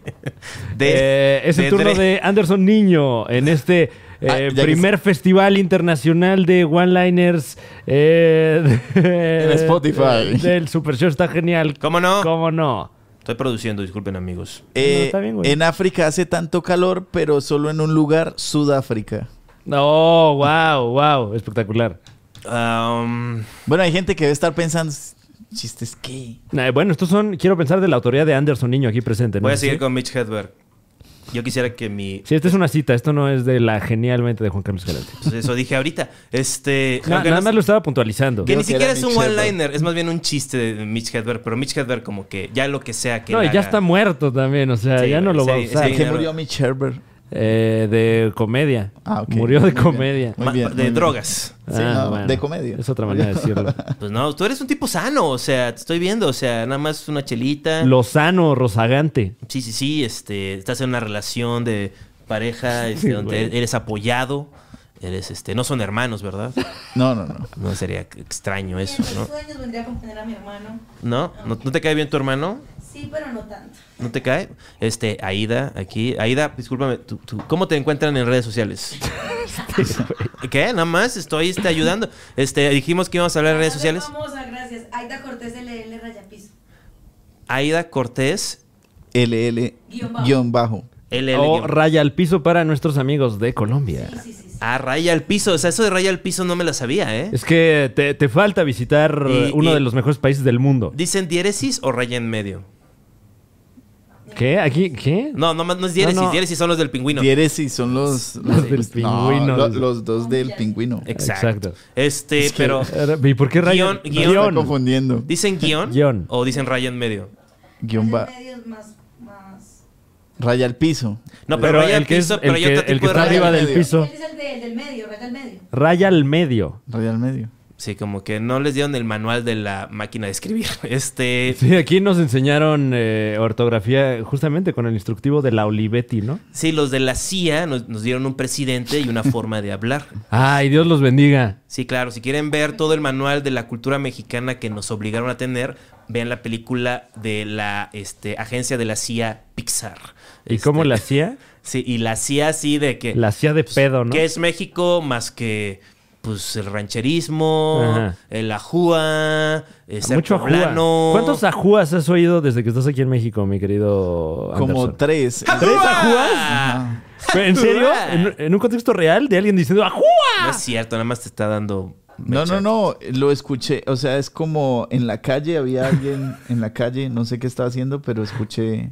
Speaker 3: Eh, es el turno
Speaker 2: Dre.
Speaker 3: de Anderson Niño en este eh,
Speaker 4: Ah, ya que
Speaker 3: primer festival internacional de one-liners. eh, de-
Speaker 4: En Spotify.
Speaker 3: Del Super Show está genial.
Speaker 2: ¿Cómo no?
Speaker 3: ¿Cómo no?
Speaker 2: Estoy produciendo, disculpen, amigos.
Speaker 4: Eh,
Speaker 3: No, está bien, güey.
Speaker 4: en África hace tanto calor, pero solo en un lugar, Sudáfrica.
Speaker 3: No, wow, wow, espectacular.
Speaker 2: Um,
Speaker 4: Bueno, hay gente que debe estar pensando, chistes, ¿qué?
Speaker 3: Nah, Eh, Bueno, estos son, quiero pensar, de la autoría de Anderson Niño aquí presente. ¿no?
Speaker 2: voy a seguir
Speaker 3: ¿Sí?
Speaker 2: con Mitch Hedberg. Yo quisiera que mi...
Speaker 3: Sí, esta es una cita, esto no es de la genialmente de Juan Carlos Escalante.
Speaker 2: pues eso dije ahorita. Este...
Speaker 3: Na-
Speaker 2: aunque
Speaker 3: nada
Speaker 2: no-
Speaker 3: más lo estaba puntualizando.
Speaker 2: Que
Speaker 4: Creo
Speaker 2: ni
Speaker 4: que
Speaker 2: siquiera
Speaker 4: era
Speaker 2: es un
Speaker 4: Mitch Hedberg.
Speaker 2: one-liner, es más bien un chiste de Mitch Hedberg, pero Mitch Hedberg como que ya lo que sea que
Speaker 3: No,
Speaker 2: él
Speaker 3: y ya
Speaker 2: haga-
Speaker 3: está muerto también, o sea,
Speaker 2: Sí,
Speaker 3: ya no lo va a
Speaker 2: sí,
Speaker 3: usar.
Speaker 4: ¿De qué
Speaker 2: no.
Speaker 4: murió Mitch Herbert?
Speaker 3: Eh, de comedia.
Speaker 4: Ah, ok.
Speaker 3: Murió
Speaker 4: Muy
Speaker 3: de
Speaker 4: bien.
Speaker 3: comedia.
Speaker 4: Muy
Speaker 2: ma-
Speaker 4: bien, muy
Speaker 2: de
Speaker 4: bien.
Speaker 2: drogas.
Speaker 4: Sí, no, de comedia.
Speaker 3: Ah, Es otra manera de decirlo.
Speaker 2: Pues no, tú eres un tipo sano, o sea, te estoy viendo, o sea, nada más una chelita.
Speaker 3: Lozano, Rozagante.
Speaker 2: Sí, sí, sí, este, estás en una relación de pareja este, donde
Speaker 3: güey.
Speaker 2: eres apoyado. Eres este, no son hermanos, ¿verdad?
Speaker 4: No, no, no.
Speaker 2: No sería extraño eso,
Speaker 8: en
Speaker 2: ¿no?
Speaker 8: mis sueños vendría a acompañar a mi hermano.
Speaker 2: ¿No? ¿No, no te cae bien tu hermano?
Speaker 8: Sí, pero no tanto.
Speaker 2: ¿No te cae? Este, Aida, aquí. Aida, discúlpame, tú- tú, ¿cómo te encuentran en redes sociales? ¿Qué? Nada más, estoy este, ayudando. Este, dijimos que íbamos a hablar de redes
Speaker 8: Ah,
Speaker 2: sociales.
Speaker 8: Famosa, gracias. Aida Cortés LL Rayapiso.
Speaker 2: Aida Cortés,
Speaker 4: LL
Speaker 8: Guión bajo.
Speaker 4: guión bajo.
Speaker 2: LL.
Speaker 3: O raya al piso para nuestros amigos de Colombia.
Speaker 8: Sí, sí, sí. sí.
Speaker 2: Ah, raya al piso. O sea, eso de raya al piso no me la sabía, ¿eh?
Speaker 3: Es que te, te falta visitar
Speaker 2: Y-
Speaker 3: uno
Speaker 2: y-
Speaker 3: de los mejores países del mundo.
Speaker 2: ¿Dicen diéresis o raya en medio?
Speaker 3: ¿Qué? ¿Aquí? ¿Qué?
Speaker 2: No, no, no es diéresis.
Speaker 3: No, no.
Speaker 2: Diéresis son los del pingüino.
Speaker 4: Diéresis son los,
Speaker 3: Los del
Speaker 4: no,
Speaker 3: pingüino,
Speaker 4: lo-
Speaker 3: dice.
Speaker 4: los dos del pingüino.
Speaker 2: Exacto.
Speaker 3: Exacto.
Speaker 2: Este,
Speaker 4: que-
Speaker 2: pero.
Speaker 3: ¿Y por qué raya?
Speaker 2: Guión,
Speaker 4: Me está
Speaker 2: guión.
Speaker 4: confundiendo.
Speaker 2: ¿Dicen guión,
Speaker 3: Guión.
Speaker 2: o dicen raya en medio?
Speaker 4: Guión
Speaker 8: Los
Speaker 4: bajo.
Speaker 8: medios más, más...
Speaker 4: Raya al piso.
Speaker 2: No, pero,
Speaker 3: Pero
Speaker 2: raya al
Speaker 3: el que, es,
Speaker 2: piso, pero
Speaker 3: el
Speaker 2: hay
Speaker 3: que, el
Speaker 2: otro
Speaker 3: que
Speaker 2: tipo de
Speaker 3: está
Speaker 2: raya.
Speaker 3: arriba
Speaker 4: al
Speaker 3: del
Speaker 4: medio.
Speaker 3: piso.
Speaker 8: Él es el, de- el del medio, raya al medio.
Speaker 3: Raya al medio.
Speaker 4: Raya al medio.
Speaker 2: Sí, como que no les dieron el manual de la máquina de escribir. Este.
Speaker 3: Sí, aquí nos enseñaron eh, ortografía justamente con el instructivo de la Olivetti, ¿no?
Speaker 2: Sí, los de la CIA nos, nos dieron un presidente y una forma de hablar.
Speaker 3: Ay, Dios los bendiga.
Speaker 2: Sí, claro, si quieren ver todo el manual de la cultura mexicana que nos obligaron a tener, vean la película de la este, agencia de la CIA Pixar.
Speaker 3: ¿Y
Speaker 2: Este,
Speaker 3: cómo la hacía?
Speaker 2: Sí, y la CIA así de que...
Speaker 3: La hacía de pedo, ¿no?
Speaker 2: pues, ¿Qué es México más que pues el rancherismo,
Speaker 3: Ajá.
Speaker 2: el ajúa, el ser
Speaker 3: Mucho ajúa.
Speaker 2: poblano?
Speaker 3: ¿Cuántos ajúas has oído desde que estás aquí en México, mi querido
Speaker 4: Como
Speaker 3: Anderson?
Speaker 4: tres.
Speaker 3: ¿Tres ajúas?
Speaker 2: ¡Ah!
Speaker 3: ¿En serio?
Speaker 2: Ajúa.
Speaker 3: ¿En, en un contexto real de alguien diciendo ajúa?
Speaker 2: No es cierto, nada más te está dando...
Speaker 4: No,
Speaker 2: mecha.
Speaker 4: no, no, lo escuché. O sea, es como en la calle había alguien en la calle, no sé qué estaba haciendo, pero escuché.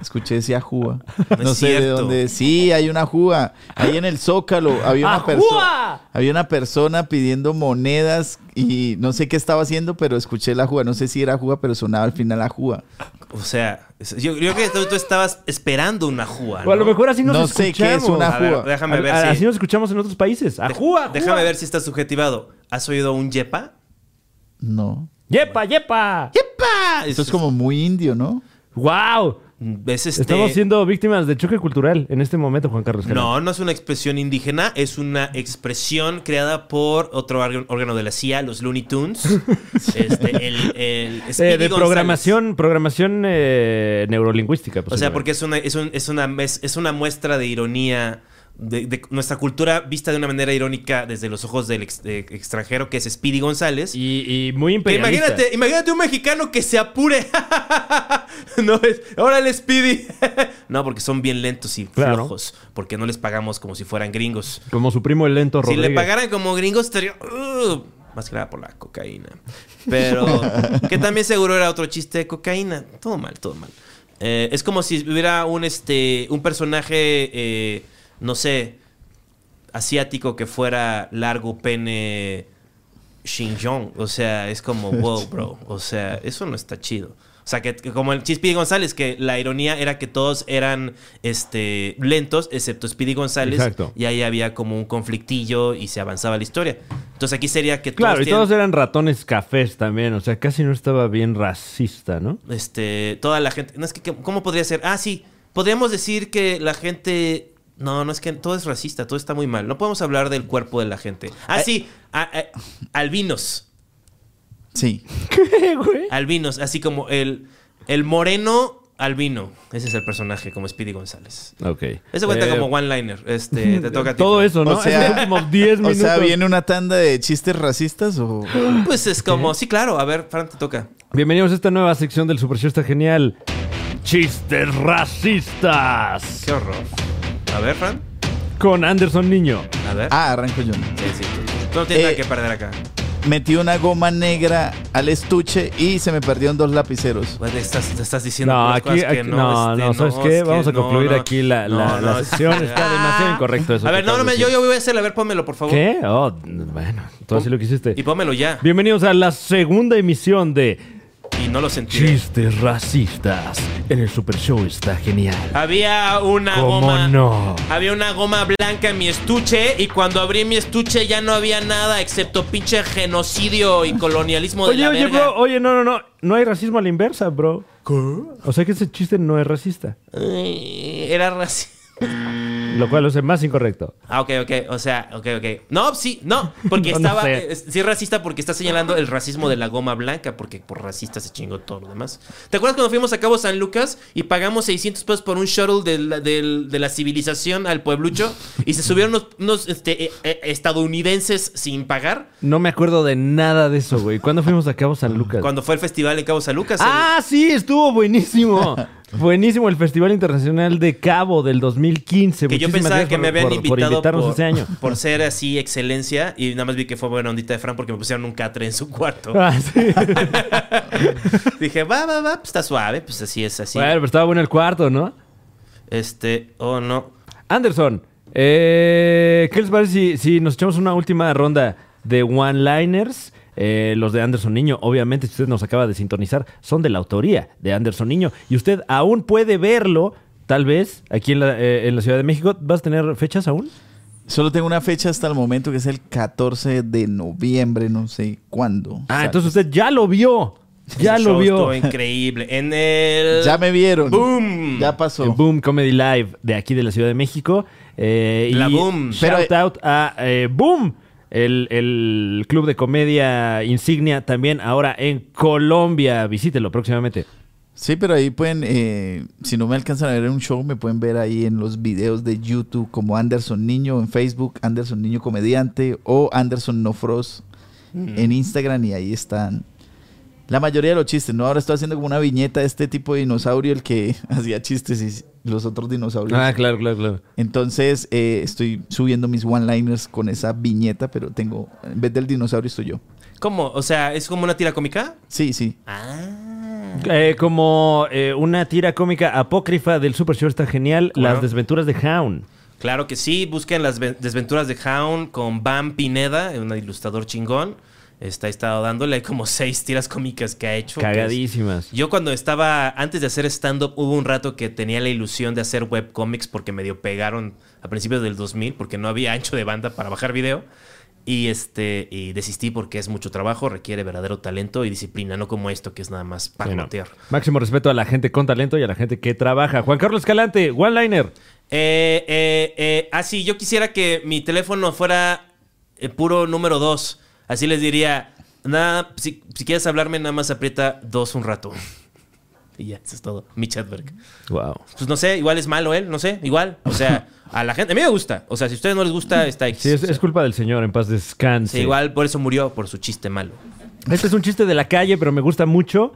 Speaker 4: Escuché ese ajúa.
Speaker 2: No es
Speaker 4: No sé de
Speaker 2: cierto.
Speaker 4: dónde. Sí, hay una ajúa. Ahí en el Zócalo había una persona. Había una persona pidiendo monedas y no sé qué estaba haciendo, pero escuché la ajúa. No sé si era ajúa, pero sonaba al final ajúa.
Speaker 2: O sea, es- yo, yo creo que tú, tú estabas esperando una júa.
Speaker 3: O a lo
Speaker 2: ¿no?
Speaker 3: mejor así nos
Speaker 4: No sé
Speaker 3: escuchamos.
Speaker 4: qué es una
Speaker 2: A ver,
Speaker 4: ajúa.
Speaker 2: déjame ver
Speaker 3: A- a-
Speaker 2: si...
Speaker 3: Así nos escuchamos en otros países. Ajúa, ajúa.
Speaker 2: Déjame ver si está subjetivado. ¿Has oído un yepa?
Speaker 4: No.
Speaker 3: Yepa, yepa.
Speaker 2: ¡Yepa!
Speaker 4: Esto es como muy indio, ¿no?
Speaker 3: Wow.
Speaker 2: Es este...
Speaker 3: Estamos siendo víctimas de choque cultural en este momento, Juan Carlos. Calero.
Speaker 2: No, no es una expresión indígena, es una expresión creada por otro órgano- órgano de la CIA, los Looney Tunes. Este, el, el Speedy
Speaker 3: Eh, de
Speaker 2: González.
Speaker 3: programación, programación eh, neurolingüística.
Speaker 2: O sea,
Speaker 3: posiblemente.
Speaker 2: porque es una, es un- es una, mes- es una muestra de ironía, de, de nuestra cultura vista de una manera irónica desde los ojos del ex- de- extranjero, que es Speedy González.
Speaker 3: Y, y muy
Speaker 2: Que
Speaker 3: imperialista.
Speaker 2: imagínate, imagínate un mexicano que se apure. no es, ahora el Speedy. no, porque son bien lentos y
Speaker 3: Claro.
Speaker 2: flojos, porque no les pagamos como si fueran gringos.
Speaker 3: Como su primo el lento
Speaker 2: Si
Speaker 3: Rodríguez.
Speaker 2: le pagaran como gringo estaría... ¡Ugh! más que nada por la cocaína. Pero... que también seguro era otro chiste de cocaína. Todo mal, todo mal. Eh, es como si hubiera un, este, un personaje, eh, no sé, asiático que fuera largo pene Xinjiang. O sea, es como, wow, bro. O sea, eso no está chido. O sea, que, que como el Speedy González, que la ironía era que todos eran este, lentos, excepto Speedy González.
Speaker 3: Exacto.
Speaker 2: Y ahí había como un conflictillo y se avanzaba la historia. Entonces aquí sería que todos
Speaker 3: Claro, y
Speaker 2: tienen-
Speaker 3: todos eran ratones cafés también. O sea, casi no estaba bien racista, ¿no?
Speaker 2: este, toda la gente. No es que, que- ¿cómo podría ser? Ah, sí, podríamos decir que la gente. No, no es que todo es racista, todo está muy mal. No podemos hablar del cuerpo de la gente.
Speaker 3: Eh,
Speaker 2: Ah, sí, a- a- albinos.
Speaker 4: Sí.
Speaker 2: Albinos, así como el, el moreno albino. Ese es el personaje, como Speedy González.
Speaker 3: Ok.
Speaker 2: Eso cuenta
Speaker 3: Eh,
Speaker 2: como one-liner. Este, te toca a ti.
Speaker 3: Todo eso, ¿no?
Speaker 4: O sea-
Speaker 3: en los últimos 10
Speaker 4: O
Speaker 3: minutos.
Speaker 4: sea, ¿viene una tanda de chistes racistas o...?
Speaker 2: Pues es como, sí, claro. A ver, Fran, te toca.
Speaker 3: Bienvenidos a esta nueva sección del Super Show está genial. Chistes racistas.
Speaker 2: Qué horror. A ver, Fran.
Speaker 3: Con Anderson Niño.
Speaker 2: A ver.
Speaker 4: Ah, arranco yo.
Speaker 2: Sí, sí, sí. No tienes nada
Speaker 4: Eh,
Speaker 2: que perder acá.
Speaker 4: Metí una goma negra al estuche y se me perdieron dos lapiceros.
Speaker 2: Pues, te estás, te estás diciendo
Speaker 3: No,
Speaker 2: puras
Speaker 3: aquí,
Speaker 2: cosas que
Speaker 3: aquí- no,
Speaker 2: este,
Speaker 3: no, ¿sabes
Speaker 2: no,
Speaker 3: qué?
Speaker 2: es que
Speaker 3: Vamos a
Speaker 2: no,
Speaker 3: concluir
Speaker 2: no.
Speaker 3: aquí la, la, la
Speaker 2: No, no, es-
Speaker 3: sesión. Está demasiado incorrecto eso.
Speaker 2: A
Speaker 3: que
Speaker 2: ver, no, no,
Speaker 3: acabas
Speaker 2: me-
Speaker 3: de
Speaker 2: yo,
Speaker 3: decir.
Speaker 2: yo voy a hacer, a ver, pónmelo, por favor.
Speaker 3: ¿Qué? Oh, bueno, tú así lo quisiste.
Speaker 2: Y pónmelo ya.
Speaker 3: Bienvenidos a la segunda emisión de
Speaker 2: Y no lo sentiré.
Speaker 3: Chistes racistas. En el Super Show está genial.
Speaker 2: Había una
Speaker 3: ¿Cómo
Speaker 2: Ah, goma.
Speaker 3: no?
Speaker 2: Había una goma blanca en mi estuche y cuando abrí mi estuche ya no había nada excepto pinche genocidio y colonialismo de
Speaker 3: Oye,
Speaker 2: la
Speaker 3: oye,
Speaker 2: verga.
Speaker 3: bro, oye, no, no, no. No hay racismo a la inversa, bro. O sea que ese chiste no es racista.
Speaker 2: Ay, Era racista.
Speaker 3: lo cual es más incorrecto.
Speaker 2: Ah, ok, ok. O sea, ok, ok. No, sí, no. Porque
Speaker 3: No, no
Speaker 2: estaba.
Speaker 3: sé.
Speaker 2: eh, sí, es racista porque está señalando el racismo de la goma blanca. Porque por racista se chingó todo lo demás. ¿Te acuerdas cuando fuimos a Cabo San Lucas y pagamos 600 pesos por un shuttle de la, del- de la civilización al pueblucho? Y se subieron unos, unos, este, eh, eh, estadounidenses sin pagar.
Speaker 3: No me acuerdo de nada de eso, güey. ¿Cuándo fuimos a Cabo San Lucas?
Speaker 2: Cuando fue el festival en Cabo San Lucas. el-
Speaker 3: Ah, sí, estuvo buenísimo. buenísimo el Festival Internacional de Cabo del 2015.
Speaker 2: Que yo
Speaker 3: Muchísimas
Speaker 2: pensaba
Speaker 3: gracias
Speaker 2: que
Speaker 3: por-
Speaker 2: me habían
Speaker 3: por-
Speaker 2: invitado
Speaker 3: por invitarnos
Speaker 2: por,
Speaker 3: ese año.
Speaker 2: por ser así excelencia y nada más vi que fue buena ondita de Fran porque me pusieron un catre en su cuarto.
Speaker 3: Ah, sí.
Speaker 2: Dije, va, va, va, pues está suave, pues así es, así.
Speaker 3: Bueno, pero estaba bueno el cuarto, ¿no?
Speaker 2: Este, oh no.
Speaker 3: Anderson, eh, ¿qué les parece si, si nos echamos una última ronda de one-liners? Eh, los de Anderson Niño, obviamente, si usted nos acaba de sintonizar, son de la autoría de Anderson Niño. Y usted aún puede verlo, tal vez, aquí en la, eh, en la Ciudad de México. ¿Vas a tener fechas aún?
Speaker 4: Solo tengo una fecha hasta el momento que es el 14 de noviembre, no sé cuándo.
Speaker 3: Ah,
Speaker 4: Sale.
Speaker 3: entonces usted ya lo vio. Ya
Speaker 2: Ese
Speaker 3: lo
Speaker 2: show
Speaker 3: vio.
Speaker 2: estuvo increíble. En el.
Speaker 4: Ya me vieron.
Speaker 2: Boom.
Speaker 4: Ya pasó.
Speaker 3: En Boom Comedy Live de aquí de la Ciudad de México. Eh,
Speaker 2: La
Speaker 3: y
Speaker 2: Boom.
Speaker 3: Shout
Speaker 4: Pero-
Speaker 3: out a eh, Boom, el, el club de comedia insignia también ahora en Colombia. Visítelo próximamente.
Speaker 4: Sí, pero ahí pueden, eh, si no me alcanzan a ver en un show, me pueden ver ahí en los videos de YouTube como Anderson Niño en Facebook, Anderson Niño Comediante o Anderson No Frost
Speaker 2: Mm.
Speaker 4: en Instagram y ahí están la mayoría de los chistes. No, ahora estoy haciendo como una viñeta de este tipo de dinosaurio, el que hacía chistes y los otros dinosaurios.
Speaker 2: Ah.
Speaker 3: claro, claro, claro.
Speaker 4: Entonces eh, estoy subiendo mis one-liners con esa viñeta, pero tengo, en vez del dinosaurio estoy yo.
Speaker 2: ¿Cómo? O sea, ¿es como una tira cómica?
Speaker 4: Sí, sí.
Speaker 2: Ah.
Speaker 3: como eh, una tira cómica apócrifa del Super Show está genial,
Speaker 2: Claro.
Speaker 3: Las Desventuras de Hound.
Speaker 2: Claro que sí. Busquen las ve- desventuras de Hound con Bam Pineda, un ilustrador chingón. Está, he estado dándole como seis tiras cómicas que ha hecho. que es-
Speaker 3: Cagadísimas.
Speaker 2: Yo cuando estaba, antes de hacer stand-up, hubo un rato que tenía la ilusión de hacer webcomics porque medio pegaron a principios del 2000 porque no había ancho de banda para bajar video. Y, este, y desistí porque es mucho trabajo, requiere verdadero talento y disciplina, no como esto que es nada más
Speaker 3: Sí, no.
Speaker 2: pacotear.
Speaker 3: Máximo respeto a la gente con talento y a la gente que trabaja. Juan Carlos Escalante, One Liner.
Speaker 2: Eh, eh, eh, ah, sí, yo quisiera que mi teléfono fuera eh, puro número 2. Así les diría, nada, si, si quieres hablarme, nada más aprieta 2 un rato. y ya, eso es todo. Mi chatberg.
Speaker 3: Wow.
Speaker 2: Pues no sé, igual es malo él, no sé, igual. O sea, a la gente, a mí me gusta. O sea, si a ustedes no les gusta, está X.
Speaker 3: Sí, es,
Speaker 2: O sea,
Speaker 3: es culpa del señor, en paz descanse.
Speaker 2: sí, igual por eso murió, por su chiste malo.
Speaker 3: Este es un chiste de la calle, pero me gusta mucho.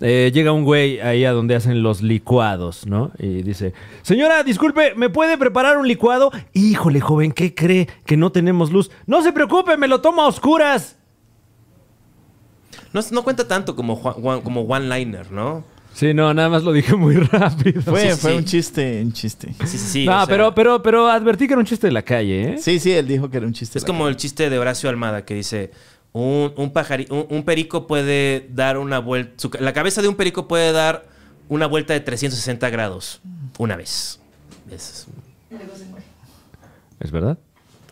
Speaker 3: Eh, llega un güey ahí a donde hacen los licuados, ¿no? Y dice, señora, disculpe, ¿me puede preparar un licuado? Híjole, joven, ¿qué cree? Que no tenemos luz. No se preocupe, me lo tomo a oscuras.
Speaker 2: No, no cuenta tanto como, Juan- Juan- como one-liner, ¿no?
Speaker 3: Sí, no, nada más lo dije muy rápido.
Speaker 4: Fue,
Speaker 2: sí,
Speaker 4: fue
Speaker 2: sí.
Speaker 4: un chiste, un chiste.
Speaker 2: Sí, sí, sí.
Speaker 3: no,
Speaker 2: o sea,
Speaker 3: pero, pero, pero advertí que era un chiste de la calle, ¿eh?
Speaker 4: Sí, sí, él dijo que era un chiste.
Speaker 2: Es como el chiste de Horacio Almada que dice: un, un, pajari- un, un perico puede dar una vuelta. su ca- la cabeza de un perico puede dar una vuelta de 360 grados una vez. Es-
Speaker 8: Y luego se muere.
Speaker 3: Es verdad.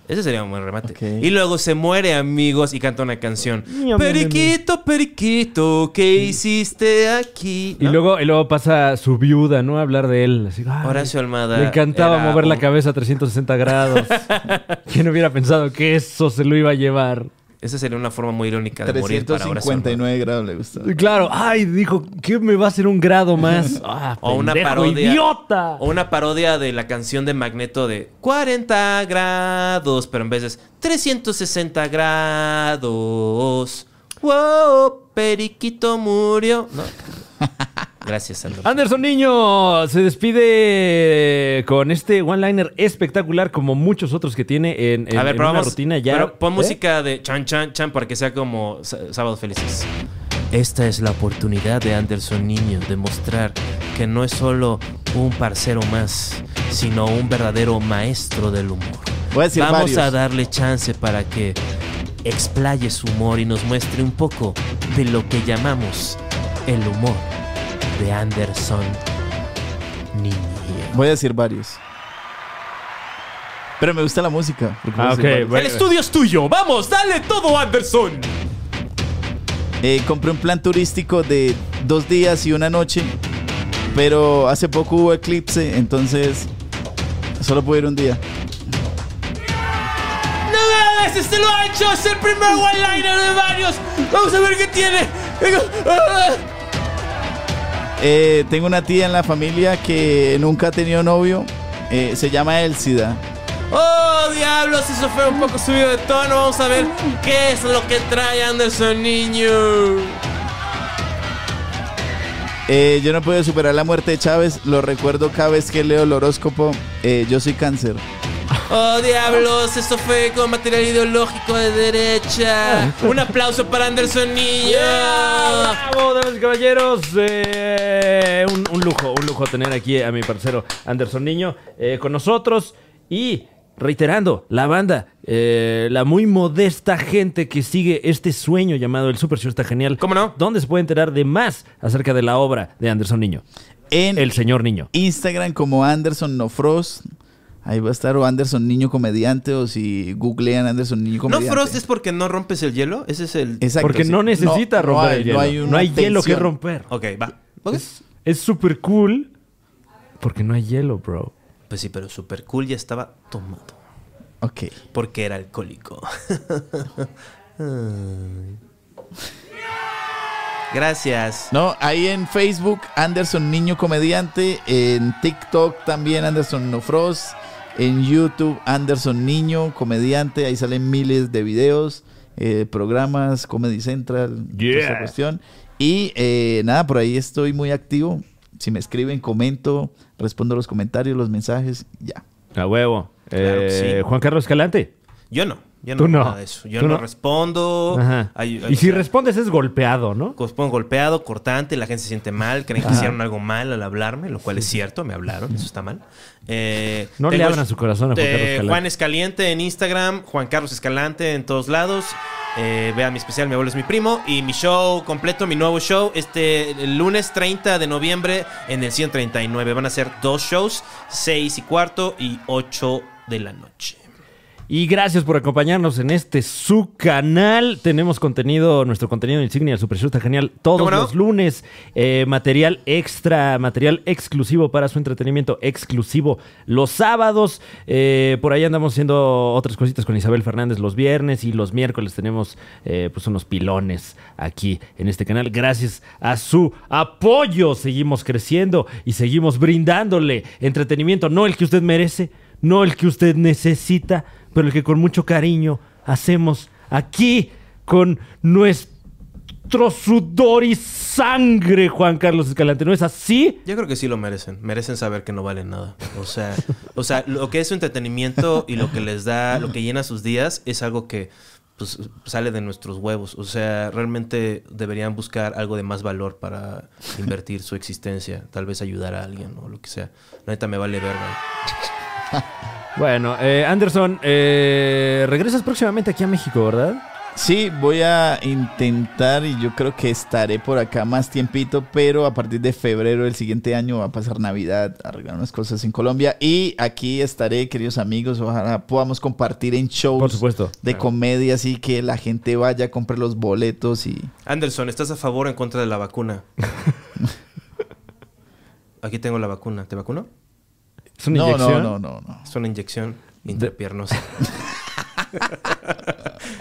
Speaker 2: Ese sería un buen remate.
Speaker 4: Ok.
Speaker 2: Y luego se muere, amigos, y canta una canción. Periquito, periquito, ¿qué hiciste aquí?
Speaker 3: Y,
Speaker 2: ¿No?
Speaker 3: luego, y luego pasa su viuda, ¿no? A hablar de él. Así, "Ay,
Speaker 2: Horacio Almada
Speaker 3: Le encantaba
Speaker 2: era
Speaker 3: mover la
Speaker 2: un-
Speaker 3: cabeza a 360 grados. ¿Quién hubiera pensado que eso se lo iba a llevar?
Speaker 2: Esa sería una forma muy irónica de morir para ahora.
Speaker 4: 359 grados le gustó.
Speaker 3: Y Claro, ay, dijo, ¿qué me va a hacer un grado más? Ah,
Speaker 2: O una
Speaker 3: pendejo,
Speaker 2: parodia.
Speaker 3: ¡Idiota!
Speaker 2: O una parodia de la canción de Magneto de 40 grados, pero en vez es 360 grados. Wow, periquito murió. No. Gracias, Aldo.
Speaker 3: Anderson Niño se despide con este one-liner espectacular, como muchos otros que tiene en, en-
Speaker 2: a ver,
Speaker 3: en
Speaker 2: pero
Speaker 3: una
Speaker 2: vamos-
Speaker 3: rutina ya.
Speaker 2: pero pon
Speaker 3: ¿Eh?
Speaker 2: música de chan chan chan para que sea como s- sábado felices. Esta es la oportunidad de Anderson Niño de mostrar que no es solo un parcero más, sino un verdadero maestro del humor.
Speaker 4: Voy a decir
Speaker 2: Vamos
Speaker 4: varios.
Speaker 2: a darle chance para que explaye su humor y nos muestre un poco de lo que llamamos el humor de Anderson Niño.
Speaker 4: Voy a decir varios. Pero me gusta la música. porque voy a
Speaker 3: Ah,
Speaker 4: decir
Speaker 3: ok,
Speaker 4: varios.
Speaker 3: bueno.
Speaker 2: es tuyo, vamos, dale todo Anderson.
Speaker 4: Eh, compré un plan turístico de dos días y una noche. Pero hace poco hubo eclipse, entonces Solo puedo ir un día.
Speaker 2: ¡No mames! ¡Este lo ha hecho! ¡Es el primer one-liner de varios! ¡Vamos a ver qué tiene! Venga, ah.
Speaker 4: Eh, tengo una tía en la familia que nunca ha tenido novio. Eh, se llama Elsida.
Speaker 2: ¡Oh, diablos! Eso fue un poco subido de tono. Vamos a ver qué es lo que trae Anderson Niño.
Speaker 4: Eh, yo no puedo superar la muerte de Chávez. Lo recuerdo cada vez que leo el horóscopo. Eh, yo soy cáncer.
Speaker 2: ¡Oh, diablos! Esto fue con material ideológico de derecha. Un aplauso para Anderson Niño.
Speaker 3: ¡Bravo, damas y caballeros! Eh, un, un lujo, un lujo tener aquí a mi parcero Anderson Niño eh, con nosotros. Y reiterando, la banda, eh, la muy modesta gente que sigue este sueño llamado El Super Show está genial.
Speaker 2: ¿Cómo no?
Speaker 3: ¿Dónde se puede enterar de más acerca de la obra de Anderson Niño?
Speaker 4: En
Speaker 3: El señor Niño.
Speaker 4: Instagram como Anderson No Frost. Ahí va a estar o Anderson Niño Comediante o si googlean Anderson Niño
Speaker 2: ¿No
Speaker 4: Comediante.
Speaker 2: Frost es porque no rompes el hielo? Ese es el...
Speaker 4: Exacto,
Speaker 3: Porque
Speaker 4: sí.
Speaker 3: no necesita
Speaker 4: No, no
Speaker 3: romper
Speaker 4: hay-
Speaker 3: el hielo.
Speaker 4: no hay una
Speaker 3: hielo que
Speaker 4: tensión.
Speaker 3: romper.
Speaker 2: Ok, va. Ok.
Speaker 3: Es súper cool porque no hay hielo, bro.
Speaker 2: Pues sí, pero Super Cool ya estaba tomado.
Speaker 4: Ok.
Speaker 2: Porque era alcohólico. Ay. Gracias.
Speaker 4: No, ahí en Facebook, Anderson Niño Comediante. En TikTok también, Anderson No Frost. En YouTube, Anderson Niño Comediante. Ahí salen miles de videos, eh, programas, Comedy Central, toda
Speaker 3: Yeah.
Speaker 4: esa cuestión. Y eh, nada, por ahí estoy muy activo. Si me escriben, comento, respondo los comentarios, los mensajes, ya.
Speaker 3: A huevo.
Speaker 2: Claro que
Speaker 3: Eh,
Speaker 2: sí.
Speaker 3: Juan Carlos Escalante.
Speaker 2: Yo no. Yo no.
Speaker 3: Tú no.
Speaker 2: nada de eso. Yo
Speaker 3: Tú
Speaker 2: no,
Speaker 3: no.
Speaker 2: respondo.
Speaker 3: Ajá.
Speaker 2: Ay- ay,
Speaker 3: y
Speaker 2: o
Speaker 3: si
Speaker 2: sea,
Speaker 3: respondes es golpeado, ¿no?
Speaker 2: Correspondo golpeado, cortante, la gente se siente mal, creen que hicieron algo mal al hablarme, lo cual es cierto, me hablaron, eso está mal. Eh,
Speaker 3: No le
Speaker 2: tengo- este eh,
Speaker 3: abran su corazón a Juan Carlos Escalante.
Speaker 2: Juan Escaliente en Instagram, Juan Carlos Escalante en todos lados. Eh, vean mi especial, mi abuelo es mi primo. Y mi show completo, mi nuevo show, este el lunes 30 de noviembre en el 139. Van a ser dos shows, 6 y cuarto y 8 de la noche.
Speaker 3: Y gracias por acompañarnos en este su canal. Tenemos contenido, nuestro contenido insignia, el Super Show está genial todos
Speaker 2: ¿Cómo no?
Speaker 3: los lunes. Eh, material extra, material exclusivo para su entretenimiento, exclusivo los sábados. Eh, por ahí andamos haciendo otras cositas con Isabel Fernández los viernes y los miércoles tenemos eh, pues unos pilones aquí en este canal. Gracias a su apoyo seguimos creciendo y seguimos brindándole entretenimiento, no el que usted merece, no el que usted necesita, pero el que con mucho cariño hacemos aquí con nuestro sudor y sangre, Juan Carlos Escalante. ¿No es así?
Speaker 2: Yo creo que sí lo merecen. Merecen saber que no valen nada. O sea, o sea, lo que es su entretenimiento y lo que les da, lo que llena sus días, es algo que pues, sale de nuestros huevos. O sea, realmente deberían buscar algo de más valor para invertir su existencia. Tal vez ayudar a alguien o lo que sea. La neta me vale verga.
Speaker 3: Bueno, eh, Anderson, eh, regresas próximamente aquí a México, ¿verdad?
Speaker 4: Sí, voy a intentar y yo creo que estaré por acá más tiempito, pero a partir de febrero del siguiente año va a pasar Navidad, arreglar unas cosas en Colombia y aquí estaré, queridos amigos, ojalá podamos compartir en shows
Speaker 3: Por supuesto.
Speaker 4: de comedia, así que la gente vaya, compre los boletos y
Speaker 2: Anderson, ¿estás a favor o en contra de la vacuna? Aquí tengo la vacuna. ¿Te vacuno?
Speaker 3: Es una
Speaker 4: no, no,
Speaker 3: inyección.
Speaker 4: no, no, no.
Speaker 2: Es una inyección intrapiernosa.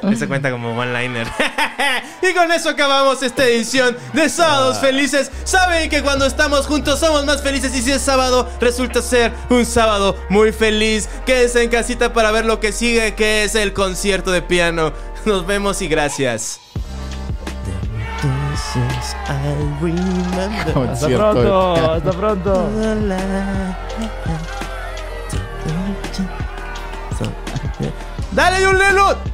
Speaker 2: Esa cuenta como one-liner. y con eso acabamos esta edición de Sábados Felices. Saben que cuando estamos juntos somos más felices y si es sábado resulta ser un sábado muy feliz. Quédense en casita para ver lo que sigue, que es el concierto de piano. Nos vemos y gracias.
Speaker 3: Hasta pronto, hasta pronto.
Speaker 2: ¡Dale, John Lennon!